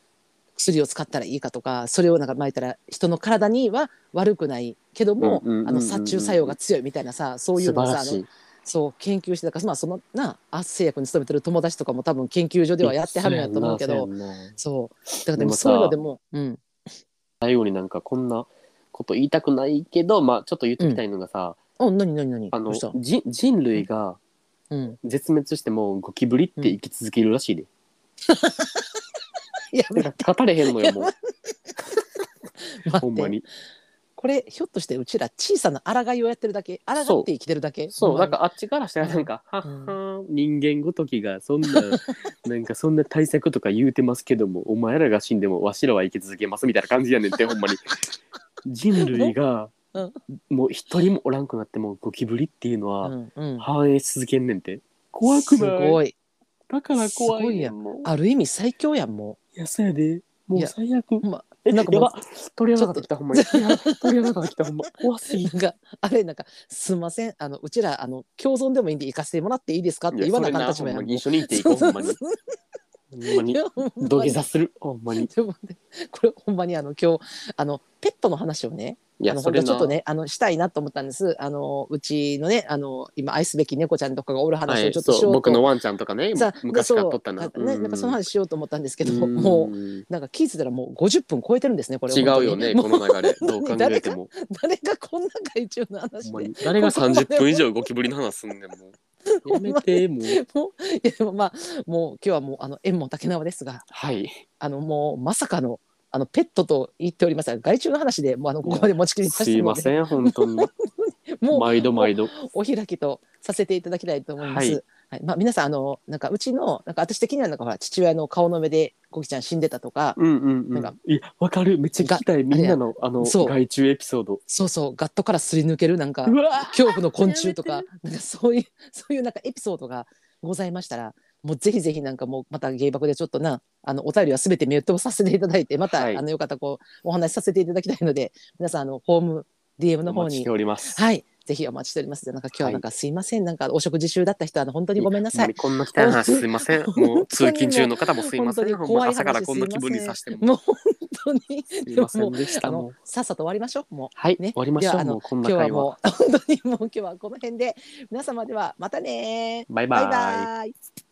[SPEAKER 1] 薬を使ったらいいかとかそれをなんかまいたら人の体には悪くないけども、
[SPEAKER 2] うんうんうんうんうん
[SPEAKER 1] あの殺虫作用が強いみたいなさそうい
[SPEAKER 2] 素
[SPEAKER 1] うのを
[SPEAKER 2] 晴
[SPEAKER 1] さ
[SPEAKER 2] ら
[SPEAKER 1] あ
[SPEAKER 2] し
[SPEAKER 1] の
[SPEAKER 2] い
[SPEAKER 1] そう研究してだからまあそのな圧製薬に勤めてる友達とかも多分研究所ではやってはるんやと思うけど
[SPEAKER 2] そ。やんなそうやんな
[SPEAKER 1] そうだからで
[SPEAKER 2] で
[SPEAKER 1] も
[SPEAKER 2] もさ
[SPEAKER 1] そういうのでもうん
[SPEAKER 2] 最後になんかこんなこと言いたくないけどまあちょっと言っときたいのがさ、
[SPEAKER 1] あ何何何
[SPEAKER 2] あ
[SPEAKER 1] ど
[SPEAKER 2] の
[SPEAKER 1] うした
[SPEAKER 2] じ人類が
[SPEAKER 1] うん
[SPEAKER 2] 絶滅してもゴキブリって生き続けるら しいで、
[SPEAKER 1] いや
[SPEAKER 2] だから語れへんのよ もう
[SPEAKER 1] 待
[SPEAKER 2] ほ
[SPEAKER 1] っ
[SPEAKER 2] んま
[SPEAKER 1] て
[SPEAKER 2] に
[SPEAKER 1] これひょっとしてうちら小さな抗いをやってるだけ抗って生きてるだけ
[SPEAKER 2] そうなん
[SPEAKER 1] か
[SPEAKER 2] かあっちからしたらなんか「はっ
[SPEAKER 1] うん
[SPEAKER 2] はー人間ごときがそ んななんかそんな対策とか言うてますけどもお前らが死んでもわしらは生き続けます」みたいな感じやね んってほんまに人類が
[SPEAKER 1] うん
[SPEAKER 2] もう一人もおらんくなってもゴキブリっていうのは
[SPEAKER 1] うんうん
[SPEAKER 2] 繁栄し続けんねんて怖く
[SPEAKER 1] す
[SPEAKER 2] ない
[SPEAKER 1] ごい
[SPEAKER 2] だから怖いねん
[SPEAKER 1] す
[SPEAKER 2] もう
[SPEAKER 1] ある意味最強やんも
[SPEAKER 2] いやそうやでも
[SPEAKER 1] いうや
[SPEAKER 2] 最悪
[SPEAKER 1] うほんま
[SPEAKER 2] え
[SPEAKER 1] な
[SPEAKER 2] なんん
[SPEAKER 1] か
[SPEAKER 2] か
[SPEAKER 1] もう
[SPEAKER 2] やば取り上がってきたほんまにいや取り上がってきたほんま 怖すぎ
[SPEAKER 1] なんか あれなんかすんませんあのうちらあの共存でもいいんで行かせてもらっていいですかって言わなあかんたちも
[SPEAKER 2] い
[SPEAKER 1] や
[SPEAKER 2] やそれ
[SPEAKER 1] ん
[SPEAKER 2] なほんまに一緒に行っていこうほんまに
[SPEAKER 1] そうそう
[SPEAKER 2] ほんま
[SPEAKER 1] そうい
[SPEAKER 2] に
[SPEAKER 1] やほんまに
[SPEAKER 2] 土 下座するほんまに
[SPEAKER 1] ちょっと待ってこれほんまにあの今日あのペットの話をね
[SPEAKER 2] い
[SPEAKER 1] あ
[SPEAKER 2] や
[SPEAKER 1] の
[SPEAKER 2] そ
[SPEAKER 1] 本
[SPEAKER 2] れ
[SPEAKER 1] 当ち
[SPEAKER 2] な
[SPEAKER 1] ょっとねあのしたいなと思ったんですあのうちのねあの今愛すべき猫ちゃんとかがおる話をちょっとし
[SPEAKER 2] そ
[SPEAKER 1] よ
[SPEAKER 2] う
[SPEAKER 1] うと、
[SPEAKER 2] 僕のワンちゃんとかね
[SPEAKER 1] さ
[SPEAKER 2] 昔買っとったな,
[SPEAKER 1] そ
[SPEAKER 2] うん、
[SPEAKER 1] うねなんかその話しようと思ったんですけ
[SPEAKER 2] け
[SPEAKER 1] どもうなんか聞いてたらもう50分超えてるんですねこれ
[SPEAKER 2] 違うよね
[SPEAKER 1] 本当
[SPEAKER 2] こ
[SPEAKER 1] に
[SPEAKER 2] の流れど
[SPEAKER 1] も
[SPEAKER 2] う
[SPEAKER 1] う
[SPEAKER 2] 考え
[SPEAKER 1] 誰
[SPEAKER 2] て
[SPEAKER 1] が
[SPEAKER 2] も
[SPEAKER 1] 誰がこんな害虫の
[SPEAKER 2] ほ
[SPEAKER 1] 話
[SPEAKER 2] んま
[SPEAKER 1] で
[SPEAKER 2] に誰が
[SPEAKER 1] ここまで
[SPEAKER 2] 30分以上ゴキブリの話すんねんもうやめてもう
[SPEAKER 1] もういやでもまあもう今日はもうあの縁も竹縄ですが
[SPEAKER 2] はい
[SPEAKER 1] あのもうまさかのあのペットと言っておりますが害虫の話でもうあのここまで持ちきりにさせ
[SPEAKER 2] す
[SPEAKER 1] て
[SPEAKER 2] い
[SPEAKER 1] もら
[SPEAKER 2] ま
[SPEAKER 1] って
[SPEAKER 2] せん本当に
[SPEAKER 1] もう
[SPEAKER 2] 毎度毎度
[SPEAKER 1] お開きとさせていただきたいと思います。
[SPEAKER 2] は
[SPEAKER 1] はいまあ、皆さんあのなんかうちのなんか私的にはなんかほら父親の顔の目でゴキちゃん死んでたとか、
[SPEAKER 2] うんうんう
[SPEAKER 1] なんんか
[SPEAKER 2] いやわかるめっちゃ聞きたいみんなのあの
[SPEAKER 1] そう
[SPEAKER 2] 害虫エピソード
[SPEAKER 1] そうそうガットからすり抜けるなんか
[SPEAKER 2] うわ
[SPEAKER 1] 恐怖の昆虫と
[SPEAKER 2] や
[SPEAKER 1] かなんかそういうそういうなんかエピソードがございましたらもうぜひぜひなんかもうまた芸爆でちょっとなあのお便りはすべてメールとさせていただいてまた、
[SPEAKER 2] はい
[SPEAKER 1] あのよかったらこうお話しさせていただきたいので皆さんあのホーム DM の
[SPEAKER 2] お
[SPEAKER 1] 方
[SPEAKER 2] 待ちし
[SPEAKER 1] に
[SPEAKER 2] ております
[SPEAKER 1] はいぜひお待ちしております。なんか今日はなんかすいません、なんかお食事中だった人はあの本当にごめんなさい
[SPEAKER 2] ほ。まにこんな汚い話すいませんもう通勤中の方もすいません
[SPEAKER 1] 本当に怖い話
[SPEAKER 2] ほんま朝からこんな気分にさせても
[SPEAKER 1] もう本当に
[SPEAKER 2] すいません
[SPEAKER 1] も
[SPEAKER 2] でし
[SPEAKER 1] あ
[SPEAKER 2] たも
[SPEAKER 1] の
[SPEAKER 2] う
[SPEAKER 1] さっさと終わりましょうもう
[SPEAKER 2] はい
[SPEAKER 1] ね
[SPEAKER 2] 終わりまし
[SPEAKER 1] で
[SPEAKER 2] ょ
[SPEAKER 1] は
[SPEAKER 2] う
[SPEAKER 1] あの
[SPEAKER 2] もうこん
[SPEAKER 1] 今
[SPEAKER 2] な
[SPEAKER 1] 日は
[SPEAKER 2] 会話
[SPEAKER 1] もう本当にもう今日はこの辺で皆様ではまたね
[SPEAKER 2] バイバ
[SPEAKER 1] バイ
[SPEAKER 2] イ
[SPEAKER 1] バイ